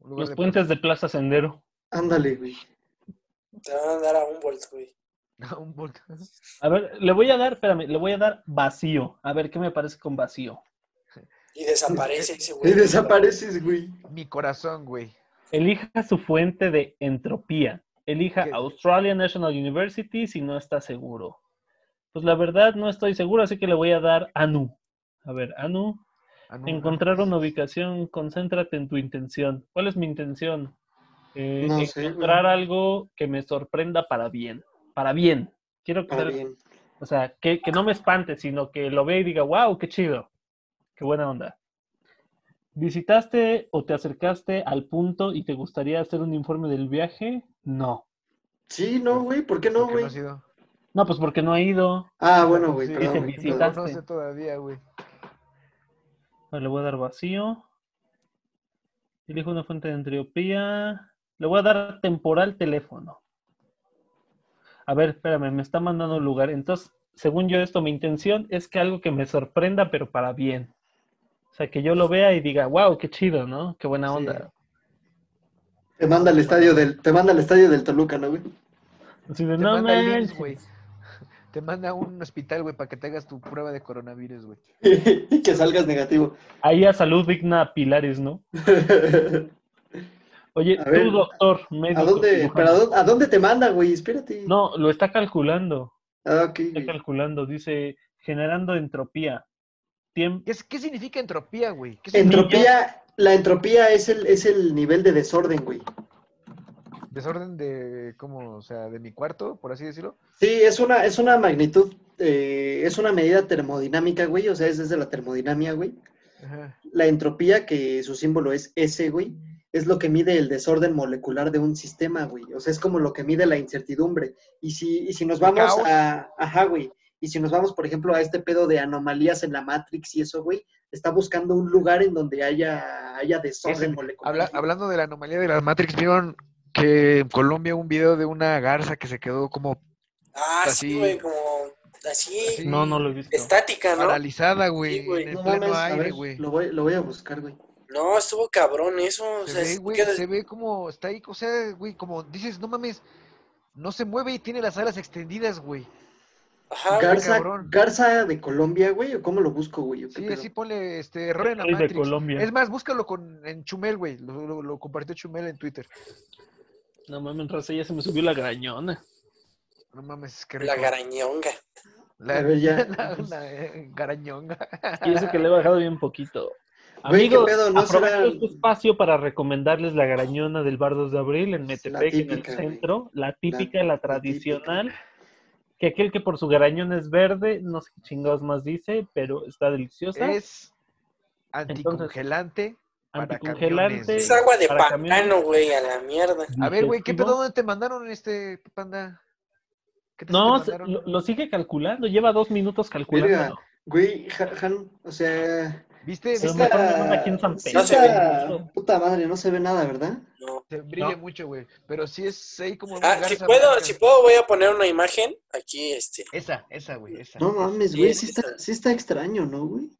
un lugar
Los
de-
puentes de Plaza Sendero.
Ándale, güey.
Te van a dar a un volt, güey.
a <laughs> un volcán.
A ver, le voy a dar, espérame, le voy a dar vacío. A ver, ¿qué me parece con vacío?
Y desaparece ese güey.
Y desapareces, güey.
Mi corazón, güey.
Elija su fuente de entropía. Elija
¿Qué?
Australia National University si no está seguro. Pues la verdad no estoy seguro, así que le voy a dar ANU. A ver, ANU,
Ah, no,
encontrar una ubicación, concéntrate en tu intención. ¿Cuál es mi intención? Eh,
No sé, güey.
encontrar algo que me sorprenda para bien. Para bien. Quiero que,
Para
sea-
bien.
o sea, que, que no me espante, sino que lo vea y diga, wow, qué chido, qué buena onda. ¿Visitaste o te acercaste al punto y te gustaría hacer un informe del viaje? No.
Sí, no, güey, ¿por qué
¿por
no,
qué
güey?
has ido?
No, pues porque no he ido.
Ah, bueno, güey,
Sí,
perdón,
Dicen
güey,
No
visitar.
perdón.
conoce todavía, güey.
No, le voy a dar vacío. Elijo una fuente de entropía. Le voy a dar temporal teléfono. A ver, espérame, me está mandando a un lugar. Entonces, según yo esto, mi intención es que algo que me sorprenda, pero para bien. O sea, que yo lo vea y diga, wow, qué chido, ¿no? Qué buena
Sí.
onda.
Te manda al estadio del, te manda al estadio del Toluca, ¿no, güey? <laughs>
Así de,
Te
no
manda al IMSS,
manches".
güey. <laughs> Te manda a un hospital, güey, para que te hagas tu prueba de coronavirus, güey.
y que salgas negativo.
<laughs>
Ahí a salud digna Pilares, ¿no?
¿A
Oye,
A
tú,
ver,
doctor, médico.
dónde,
cirujano.
pero a dónde, a dónde te manda, güey? Espérate.
No, lo está calculando.
Ah, ok,
Está
güey.
calculando. Dice, generando entropía. Tiempo.
¿Qué, es- qué significa entropía, güey? ¿Qué significa
Entropía, la entropía es el, es el nivel de desorden, güey.
desorden de, cómo, o sea, de mi cuarto, por así decirlo?
Sí, es una, es una magnitud, eh, es una medida termodinámica, güey, o sea, es desde la termodinamia, güey.
Ajá.
La entropía, que su símbolo es S, güey, es lo que mide el desorden molecular de un sistema, güey. O sea, es como lo que mide la incertidumbre. Y si, y si nos
¿El
vamos
caos?
a. Ajá, güey. Y si nos vamos, por ejemplo, a este pedo de anomalías en la Matrix y eso, güey, está buscando un lugar en donde haya, haya desorden
Ese,
molecular.
Habla- hablando de la anomalía de la Matrix, ¿vieron que en Colombia un video de una garza que se quedó como
Ah, sí,
Así.
güey, como así,
Así.
No, no lo he visto.
estática, ¿no?
paralizada, güey,
Sí, güey.
en el
No
pleno
mames, a
aire,
ver,
güey.
lo voy, lo voy a buscar, güey.
No, estuvo cabrón eso. O
Se
sea,
ve,
es-
güey,
queda-
se ve como está ahí, o sea, güey, como dices, no mames, no se mueve y tiene las alas extendidas, güey.
Ajá, güey.
Garza,
Ah, cabrón.
Garza de Colombia, güey, o cómo lo busco, güey. ¿O qué
Sí,
pedo?
así ponle este error en la
Soy de
Matrix.
Colombia.
Es más, búscalo con, en Chumel, güey. Lo, lo- lo compartió Chumel en Twitter.
No mames, raza, ya se me subió la grañona.
No mames, es que
la garañonga.
La,
A ver, ya.
<laughs> la- la, eh, garañonga.
Y
<laughs>
eso que le he bajado bien poquito.
Güey, ¿qué
Amigos,
pedo? No
aprovecho
será-
este espacio para recomendarles la garañona del Bar 2 de Abril en Metepec, en el
típica, güey.
centro, la típica, la, tradicional, que aquel que por su garañón es verde, no sé qué chingados más dice, pero está deliciosa,
Es anticongelante. para camiones,
anticongelante.
güey.
Es agua de
para camiones.
pantano, güey, a la mierda.
A ver, güey, ¿qué
digestivo.
pedo? ¿Dónde te mandaron este panda? ¿Qué te
No,
te
se-
mandaron?
lo, lo sigue calculando, lleva dos minutos calculando.
Verga. Güey, Ja- Han, o sea.
¿Viste?
Se lo
¿Viste?
mejor me manda aquí en San
sí
Pedro.
está- Puta madre, no se ve nada, ¿verdad?
No.
Se brilla
No.
mucho, güey. Pero sí es ahí como... una
Ah, si
garza
puedo,
blanca.
si puedo, voy a poner una imagen aquí, este.
Esa, esa, güey, esa.
No mames,
Sí,
güey, sí
sí está.
está, sí está extraño, ¿no, güey?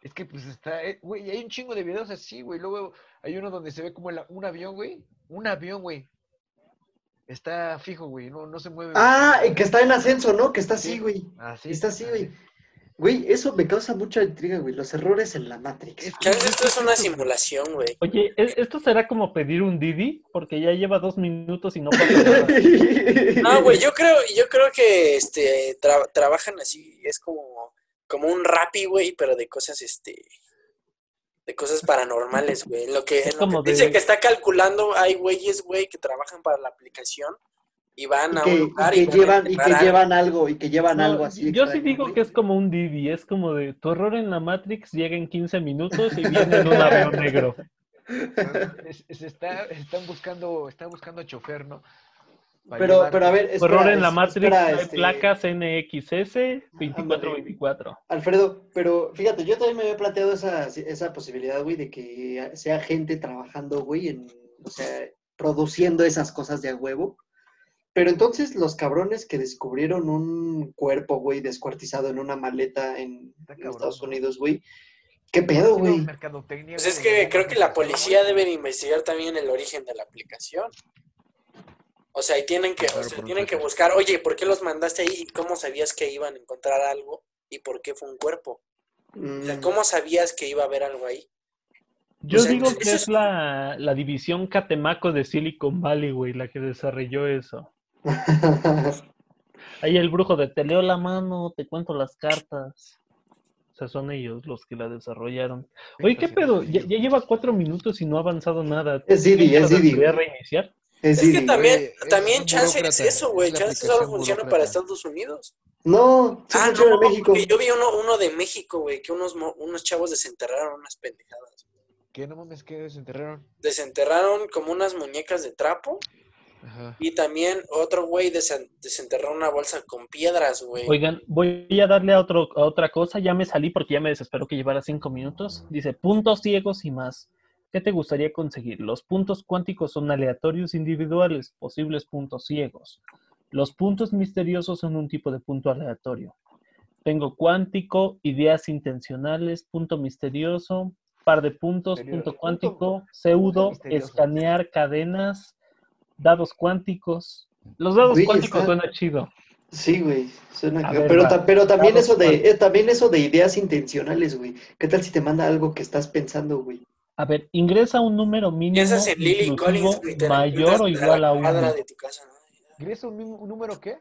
Es que pues está, eh, güey, hay un chingo de videos así, güey. Luego hay uno donde se ve como el- un avión, güey. Un avión, güey. Está fijo, güey. No, no se mueve. güey.
Ah, eh, que está en ascenso, ¿no? Que está así,
Sí.
güey.
Así,
Está así, güey. Güey, eso me causa mucha intriga, güey. Los errores en la Matrix. <laughs>
Es-
Que a veces esto es una simulación, güey.
Oye, ¿e- ¿esto será como pedir un Didi? Porque ya lleva dos minutos y no pasa
<laughs>
nada.
No, güey, yo creo, yo creo que este tra- trabajan así, es como, como un rapi, güey, pero de cosas, este, de cosas paranormales, güey. En Lo que, en lo
como
que
de-
dice que está calculando, hay güeyes, güey, que trabajan para la aplicación y van
Y
a
que,
un
y
lugar
que
van
llevan, y
a
que
enterrar algo.
llevan algo, y que llevan
No,
algo así.
yo sí
extraño,
digo
güey.
que es como un Didi, es como de tu error en la Matrix llega en 15 minutos y viene en un
<laughs>
avión negro.
<laughs> Es- es- está, están buscando, están buscando chofer, ¿no? Pa'
Pero,
llevar,
pero a ver,
Tu error
espera,
en la
es-
Matrix
espera,
hay
este,
placas NXS 2424.
Alfredo, pero fíjate, yo también me había planteado esa, esa posibilidad, güey, de que sea gente trabajando, güey, en, o sea, produciendo esas cosas de a huevo. Pero entonces los cabrones que descubrieron un cuerpo, güey, descuartizado en una maleta en,
Está
en
cabrón,
Estados
¿no?
Unidos, güey. ¿Qué pedo,
haciendo
güey?
mercadotecnia,
Pues
güey,
es que
ya
creo
no
que la
se puede,
policía
güey.
debe de investigar también el origen de la aplicación. O sea, y tienen que, o
Claro,
sea,
por un
tienen que
supuesto.
buscar, oye, ¿por qué los mandaste ahí? ¿Cómo sabías que iban a encontrar algo? ¿Y por qué fue un cuerpo? O sea,
Mm,
¿cómo sabías que iba a haber algo ahí?
Yo
Pues
O sea,
digo que
eso
es
es-
la, la división Catemaco de Silicon Valley, güey, la que desarrolló eso. Ahí el brujo de te leo la mano, te cuento las cartas. O sea, son ellos los que la desarrollaron. Oye, ¿qué pedo? Ya, ya lleva cuatro minutos y no ha avanzado nada.
Es Didi,
¿Tienes
es
la
Didi,
posibilidad de
güey.
reiniciar?
<laughs> es
Es que
Didi.
también,
güey, es
también
un
chance es
burócrata,
eso, güey.
es la
Chance solo
aplicación
funciona para
burócrata.
Estados Unidos.
No, sí
Ah,
funciona
no,
en México.
porque yo vi uno, uno de México, güey, que unos, mo- unos chavos desenterraron unas pendejadas.
Que no mames, que desenterraron.
Desenterraron como unas muñecas de trapo.
Ajá.
Y también otro güey desen- desenterró una bolsa con piedras, güey.
Oigan, voy a darle a, otro, a otra cosa. Ya me salí porque ya me desesperó que llevara cinco minutos. Dice, puntos ciegos y más. ¿Qué te gustaría conseguir? Los puntos cuánticos son aleatorios individuales, posibles puntos ciegos. Los puntos misteriosos son un tipo de punto aleatorio. Tengo cuántico, ideas intencionales, punto misterioso, par de puntos,
Misterioso.
punto
Punto-
cuántico,
punto
pseudo,
misterioso.
escanear cadenas, dados cuánticos. Los dados
Güey,
cuánticos
está-
suena chido.
Sí, güey, suena
A
que-
ver,
pero,
va.
ta- pero también
Vamos
eso de
con-
eh, también eso de ideas intencionales, güey. ¿Qué tal si te manda algo que estás pensando, güey?
A ver, ingresa un número mínimo
Piensas en Lily
inclusivo
Collins, güey, te la
mayor o
encuentras
igual a
la cuadra
uno.
de tu casa, ¿no?
¿Ingresa un, nu- un número qué?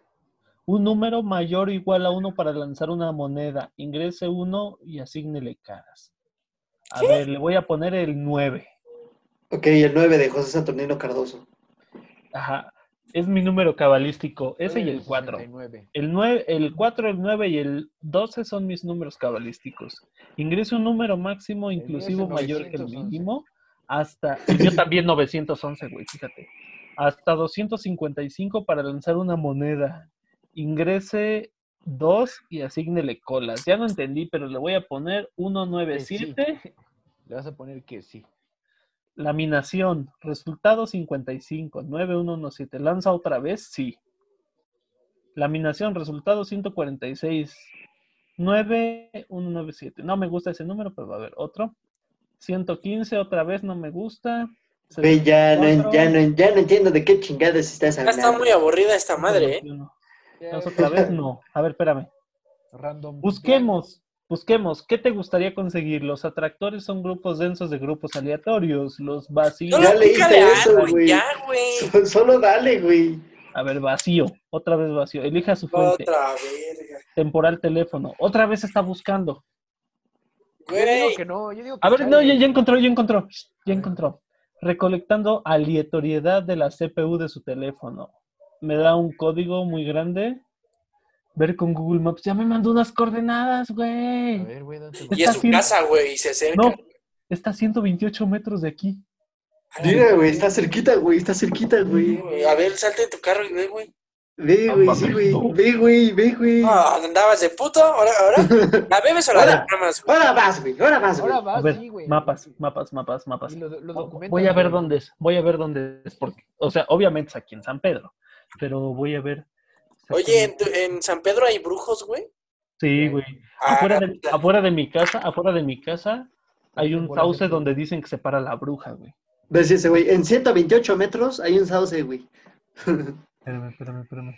Un número mayor o igual a uno para lanzar una moneda. Ingrese uno y asígnele caras. A ver, le voy a poner el 9.
Ok, el 9 de José Saturnino Cardoso.
Ajá. Es mi número cabalístico. Ese y
Nueve de
el 4.
69.
El 9, el 4, el 9 y el 12 son mis números cabalísticos. Ingrese un número máximo
mío es el
inclusivo mayor que el
911.
mínimo hasta, y yo también 911, güey, fíjate. Hasta 255 para lanzar una moneda. Ingrese 2 y asígnele colas. Ya no
Eh, Pues <laughs>
entendí, pero le voy a poner 197.
Le vas a poner que sí.
Laminación, resultado 55, 9117. Lanza otra vez, sí. Laminación, resultado 146, 9197. No me gusta ese número, pero va a haber otro. 115, otra vez no me gusta.
Güey, ya no, ya, no, ya no entiendo de qué chingadas estás
Ya está
hablando.
muy aburrida esta madre, ¿eh?
71.
Ya
Lanza
es
otra vez, no. A ver,
<laughs>
espérame.
Random.
Busquemos, busquemos, ¿qué te gustaría conseguir? Los atractores son grupos densos de grupos aleatorios, los
No
vacíos.
Ya
le
leíste
pícale a
eso,
algo,
güey.
ya, güey.
So- <laughs> Solo dale, güey.
A ver, vacío, otra vez vacío. Elija su fuente,
Otra verga.
temporal teléfono. Otra vez está buscando.
Yo digo
Güey,
que no, yo digo que
A ver,
chale.
no, ya, ya encontró, ya encontró, Shh, ya encontró. Recolectando aleatoriedad de la CPU de su teléfono. Me da un código muy grande. Ver con Google Maps. Ya me mandó unas coordenadas,
A
güey.
ver, güey, ¿dónde
y
te
es
está
su
haciendo-
casa, güey, y se acerca.
No, está a 128 metros de aquí.
A la
Mira, güey, está cerquita, güey, está cerquita, güey.
güey, A ver, salte de tu carro y ve, güey.
Ve, güey, sí, güey. Ve, güey, ve, güey.
Ah, andabas de puto, ahora,
<laughs>
ahora. ¿La bebes o la
Ahora.
derramas, güey?
Ahora vas, güey, ahora vas, güey.
Ahora va,
A ver,
Ah, sí, güey.
mapas, mapas, mapas, mapas. Oh,
Y lo, lo documentas,
Voy a ver
güey.
dónde es, voy a ver dónde es, porque, o sea, obviamente es aquí en San Pedro, pero voy a ver.
Oye, ¿en, tu- en San Pedro hay brujos, güey?
Sí, güey.
Ah,
Afuera de,
puta.
afuera de mi casa, afuera de mi casa, hay un
Temporal
sauce
teléfono.
donde dicen que se para la bruja, güey.
Ves ese, güey. En 128 metros hay un sauce, güey. <laughs>
Espérame, espérame, espérame.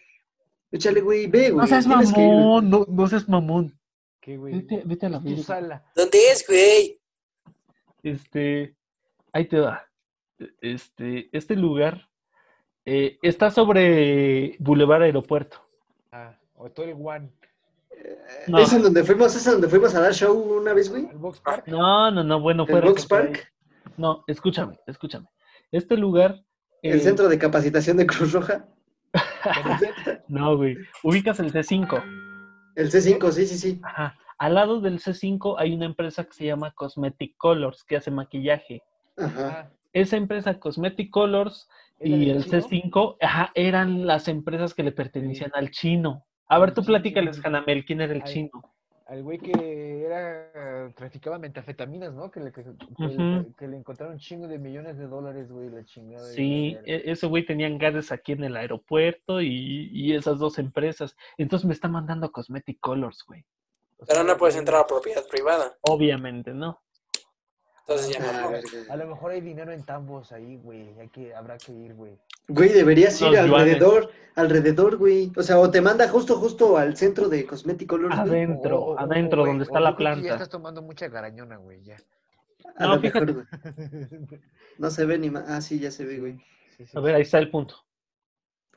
Échale, güey, ve, güey.
No seas
Tienes que ir, güey.
mamón, no, no seas mamón.
¿Qué, güey?
Vete, vete a la
Es tu
vida.
sala.
¿Dónde es, güey?
Este, ahí te va. Este, este lugar eh, está sobre Boulevard Aeropuerto.
Ah, o todo el one.
No.
Eh, ¿Es en donde fuimos, es en donde fuimos a dar show una vez, güey?
El box park.
No, no, no, bueno,
¿En
fuera,
Box
porque-
Park?
No, escúchame, escúchame. Este lugar. eh,
¿El centro de capacitación de Cruz
<laughs>
Roja?
pero ya-
No, güey. Ubicas el C5.
El C5, sí, sí, sí.
Ajá. Al lado del C5 hay una empresa que se llama Cosmetic Colors, que hace maquillaje.
Ajá.
ah,
Esa empresa Cosmetic Colors
¿era
y
del
el
chino?
C5 ajá, eran las empresas que le pertenecían al chino. A ver, tú
Sí, sí, sí,
platícales,
sí.
Hanamel, ¿quién era el
Ay,
chino?
Al güey que era traficaba metanfetaminas, ¿no? Que le, que, que le-
Ujú.
que le encontraron un chingo de millones de dólares, güey, la chingada. y
Sí,
la verga.
e- ese güey tenían gares aquí en el aeropuerto y, y esas dos empresas. Entonces me está mandando a Cosmetic Colors, güey.
O sea,
Pero no puedes
güey,
entrar a propiedad privada.
Obviamente, ¿no?
Entonces ya
Ah,
no. pues,
A
verga.
lo mejor hay dinero en tambos ahí, güey. Hay que, habrá que ir, güey.
Güey, deberías ir
Unos
alrededor, alrededor, güey. O sea, o te manda justo, justo al centro de Cosmeticolor, güey.
Adentro,
O- o- o-
adentro,
o, güey,
donde está
o
la
yo creo que Ya
planta.
estás tomando mucha garañona, güey, ya. <laughs>
A
No,
lo mejor,
fíjate.
güey. Ah, No se ve ni más. Ah, sí, ya se ve, güey.
Sí, sí,
A ver, ahí está el punto.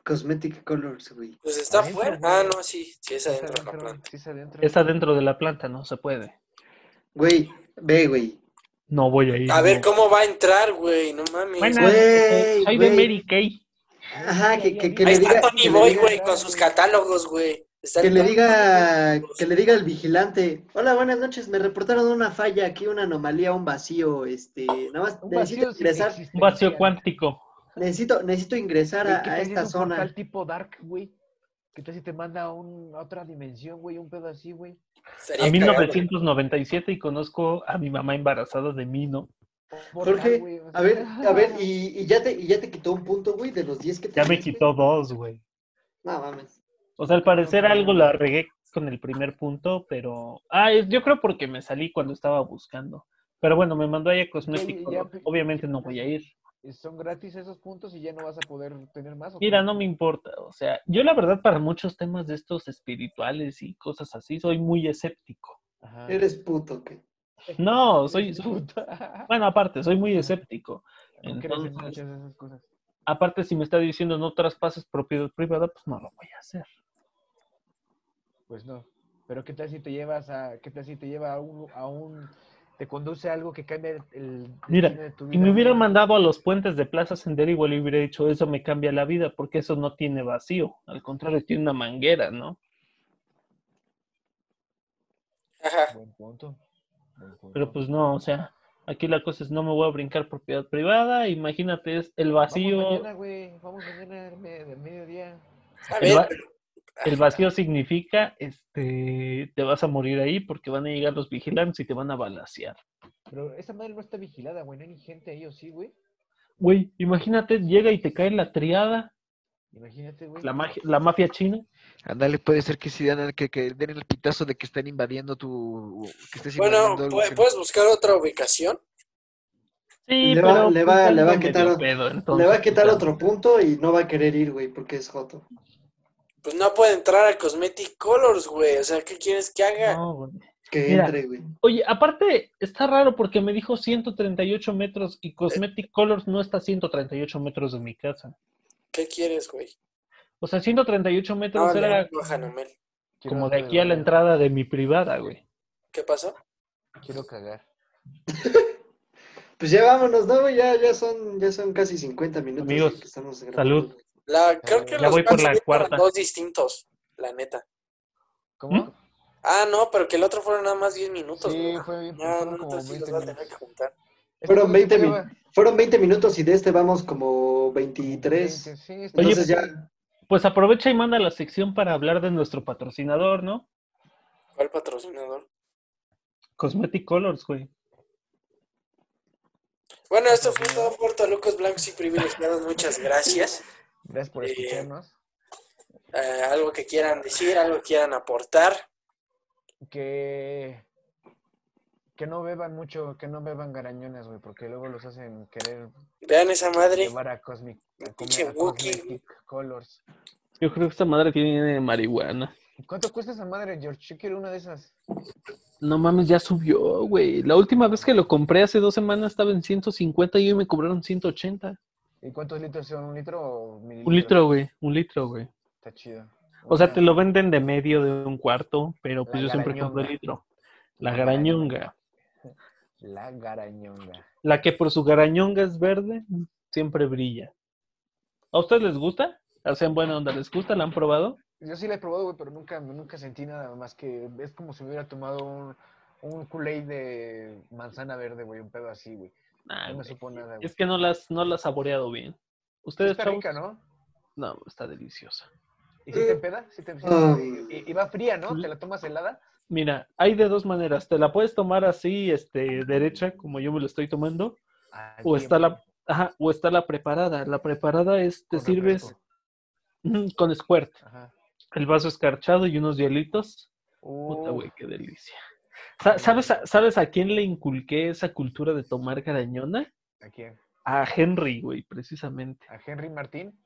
Cosmetic Colors, güey.
Pues está
Adentro,
afuera.
güey.
Ah, no, sí. Sí, es
sí,
adentro de
está
la planta.
Sí, está adentro.
Es adentro de la planta, no se puede.
Güey, ve, güey.
No voy a ir.
A ver
no.
cómo va a entrar, güey. No mames.
Buenas,
Güey,
eh, soy de
güey.
Mary Kay.
Ajá, que, que, que
Ahí
le
está
diga.
Tony
que le
Boy,
diga-
güey, con sus catálogos, güey. Está
Que
el
le
Tony
diga,
Boy.
que le diga al vigilante, hola, buenas noches, me reportaron una falla aquí, una anomalía, un vacío, este, nada más
Un
necesito
vacío sin
ingresar,
Un
existencia.
vacío cuántico.
necesito, necesito ingresar
Güey,
a,
¿qué
a
tal si
esta
es un portal
zona.
tipo dark, güey. Que tal si te manda a, un, a otra dimensión, güey, un pedo así, güey.
Estaría
A
cagado.
1997 y conozco a mi mamá embarazada de mí, ¿no?
Portal,
Jorge,
güey, o sea,
A ver,
<laughs>
a ver,
<laughs>
y, y ya te, y ya te quitó un punto, güey, de los 10 que te
Ya me quitó dos, güey.
No mames.
O sea, al parecer algo la regué con el primer punto, pero... Ah, es- yo creo porque me salí cuando estaba buscando. Pero bueno, me mandó ahí a Cosmético.
Ya-
¿no? Obviamente no voy a ir.
¿Son gratis esos puntos y ya no vas a poder tener más? ¿o
Mira,
cómo?
no me importa. O sea, yo la verdad para muchos temas de estos espirituales y cosas así, soy muy escéptico.
Ajá. <laughs>
Eres puto, ¿qué?
No, soy... soy-
puta.
Bueno, aparte, soy muy escéptico.
No crees en
Entonces,
muchas de esas cosas.
aparte, si me está diciendo no traspases propiedad privada, pues no lo voy a hacer.
Pues no. Pero qué tal si te llevas a, qué tal si te lleva a un, a un te conduce a algo que cambia el el
Mira,
destino de tu
Y
vida,
me hubiera
güey?
mandado a los puentes de Plaza Sendero, igual le hubiera dicho, eso me cambia la vida, porque eso no tiene vacío. Al contrario, tiene una manguera, ¿no? <laughs>
Ajá.
Buen punto. buen punto.
Pero pues no, o sea, aquí la cosa es no me voy a brincar propiedad privada. Imagínate, es el vacío...
Vamos mañana, güey. Vamos mañana al me- al mediodía.
A
El, va-
ver,
el vacío significa, este, te vas a morir ahí porque van a llegar los vigilantes y te van a balasear.
Pero esa madre no está vigilada, güey. No hay ni gente ahí, ¿o sí, güey?
Güey, imagínate, llega y te cae la triada,
Imagínate, güey.
la, magia- la mafia china.
Ándale, puede ser que sí dan, que, que den el pitazo de que están invadiendo tu... Que estés
Bueno,
invadiendo algo
¿pue-
que-
¿puedes buscar otra ubicación?
Sí,
Le va-
pero
le va-
pues,
le va a
anda
quitar-
medio pedo,
Le
entonces,
va a quitar
pues,
otro punto y no va a querer ir, güey, porque es Joto.
Pues no puede entrar a Cosmetic Colors, güey. O sea, ¿qué quieres que haga?
no, güey.
Que
Mira.
entre, güey.
Oye, aparte, está raro porque me dijo 138 metros y Cosmetic Colors no está a 138 metros de mi casa.
¿Qué quieres, güey?
O sea, 138 metros
No,
era
le- baja, Namel.
Quiero eh,
como de
darle
aquí a la
dolor.
entrada de mi privada, güey.
¿Qué pasó?
Quiero cagar.
¿Mm?
Pues ya vámonos, ¿no, güey? Ya, ya, son, ya son casi 50 minutos
Amigos,
en que estamos
salud.
güey.
La, creo que
ya
los
voy
van
por la
subiendo a
cuarta.
Dos distintos, la neta.
¿Cómo?
Ah, no, pero que el otro fueron nada más 10 minutos.
Sí,
güey.
fue bien.
No,
fueron
no,
como
entonces sí
20
los vas a tener
minutos.
que juntar.
Es que
Fueron
no
20
lleva-
min- Fueron 20 minutos y de este vamos como 23.
20, sí, está-
Oye,
Entonces ya...
Pues aprovecha y manda la sección para hablar de nuestro patrocinador, ¿no?
¿Cuál patrocinador?
Cosmetic Colors, güey.
Bueno, esto fue todo por Tolucos Blancos y Privilegiados. Muchas gracias.
Gracias por
Eh,
escucharnos.
Eh, algo que quieran decir, algo que quieran aportar.
que que no beban mucho, que no beban garañones, güey, porque luego los hacen querer
Vean esa madre.
llevar a Cosmic, a comer
Pinche
a
Wookiee.
Cosmetic Colors.
Yo creo que esta madre tiene marihuana.
¿Cuánto cuesta esa madre, George? Yo quiero una de esas.
No mames, ya subió, güey. La última vez que lo compré hace dos semanas estaba en 150 y hoy me cobraron 180.
¿Y cuántos litros son? ¿Un litro o mililitro?
Un litro, güey. Un litro, güey.
Está chido.
O sea,
Una-
te lo venden de medio de un cuarto, pero pues
La
yo siempre compro el
garañonga.
litro. La garañonga.
La garañonga.
La que por su garañonga es verde, siempre brilla. ¿A ustedes les gusta? ¿Hacen buena onda? ¿Les gusta? ¿La han probado?
Yo sí la he probado, güey, pero nunca, nunca sentí nada más que... Es como si hubiera tomado un, un Kool-Aid de manzana verde, güey, un pedo así, güey.
Ah,
Nah,
No me
güey.
supo nada, güey.
es que no la has, no la has saboreado bien. ¿Ustedes
Está
chavos?
rica, ¿no?
No, está deliciosa.
¿Y si te empeda? ¿Si te, si te-
Ay.
y, y va fría, ¿no? ¿Te la tomas helada?
Mira, hay de dos maneras. Te la puedes tomar así, este, derecha, como yo me la estoy tomando,
Ay,
O
bien,
está la-
güey,
Ajá, o está la preparada. La preparada es, te
con
sirves
refresco.
ujú, con squirt,
Ajá.
el vaso escarchado y unos hielitos. Puta, güey, qué delicia. Sa- ¿Sabes a, ¿Sabes a quién le inculqué esa cultura de tomar garañona?
¿A quién?
A Henry, güey, precisamente.
Uh, ¿A Henry Martín?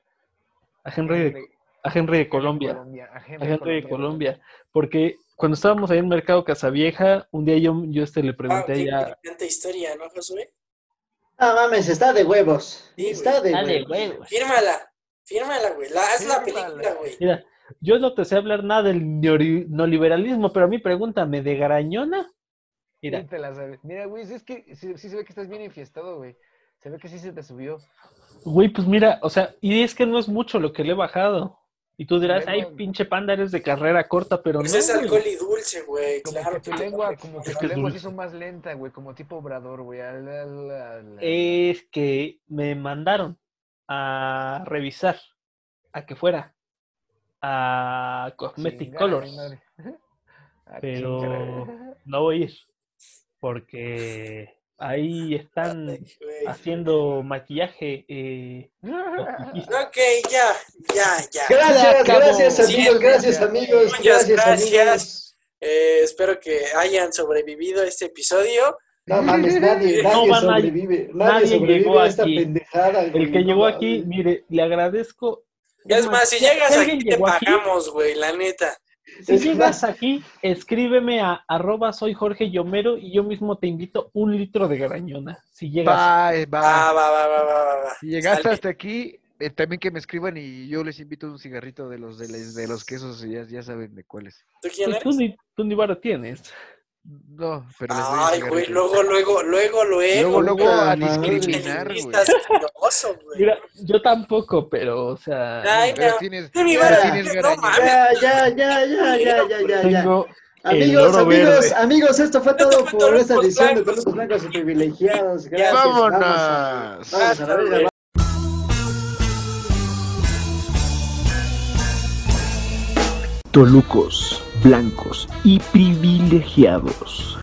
A Henry de, a Henry de Colombia.
A Henry,
A Henry de Colombia. Porque cuando estábamos ahí en Mercado Casavieja, un día yo, yo este, le
Ah, qué
pregunté ya
interesante historia, ¿no, Josué?
Ah, mames, está de huevos.
Sí, güey.
Está de
"Ah, de
huevos.
huevos".
Fírmala. Fírmala, güey. La, haz la
Fírmala.
película, güey.
Mira, yo no te sé hablar nada del neori- neoliberalismo, pero a mí pregúntame, ¿de garañona?
Mira.
Mira,
Te la sabes. Mira, güey, es que sí, sí se ve que estás bien enfiestado, güey. Se ve que sí se te subió.
güey, pues mira, o sea, y es que no es mucho lo que le he bajado. Y tú dirás, ay,
Bueno.
pinche panda, eres de carrera corta, pero
Pues
no,
es
güey.
alcohol y dulce, güey.
Como
Claro.
que tu lengua, como que
Es
tu
que es
lengua se
dulce.
hizo más lenta, güey, como tipo obrador, güey. Al- al- al-
Es que me mandaron a revisar, a que fuera, a Cosmetic
Chingar a mi
Colors.
madre.
<laughs> Ah,
A
Pero- <laughs>
chingar.
No voy a ir, porque ahí están
Ay, güey.
haciendo maquillaje. eh, maquillista.
Ok, ya, ya, ya.
Gracias,
Se acabó.
gracias amigos,
Siempre.
gracias amigos,
Muchas
gracias,
gracias.
amigos.
Eh, espero que hayan sobrevivido a este episodio.
No mames, nadie,
<laughs> No
nadie
va nadie.
sobrevive, nadie,
Nadie
sobrevive
llegó
a esta
aquí.
pendejada. güey,
El que
no
llegó
mames.
aquí, mire, le agradezco.
Es más, si llegas
alguien
aquí, te
llegó aquí,
pagamos, güey, la neta.
si
Es
llegas
más-
aquí, escríbeme a arroba soy Jorge Yomero y yo mismo te invito un litro de garañona. Si llegas.
Bye, bye.
Ah, va, va, va, va, va, va.
eh, Si llegaste
Sale.
hasta aquí, eh, también que me escriban y yo les invito un cigarrito de los de, les- de los quesos, y ya, ya saben de cuáles.
¿Tú quién
Pues
eres?
tú, ni, tú ni vara tienes.
No, pero les doy un
Ay, güey,
cigarrito.
luego, luego, luego, luego.
Luego, luego a
Puta madre.
discriminar, güey.
Estás asqueroso, güey.
Mira, yo tampoco, pero, o sea.
Ay,
Pero
no.
tienes,
Tú ni
pero
vas a-
tienes
no
garaña.
mames.
Ya, ya, ya, ya, ya, ya, ya, ya.
tengo el
Amigos,
oro
amigos,
verde.
amigos, esto fue
Esto
todo
fue
por esta
Tolucos
edición de
Blancos.
Tolucos Blancos y Privilegiados. Gracias.
Vámonos.
Vamos a- Vamos a la
Hasta
verga,
luego.
Tolucos, blancos y privilegiados.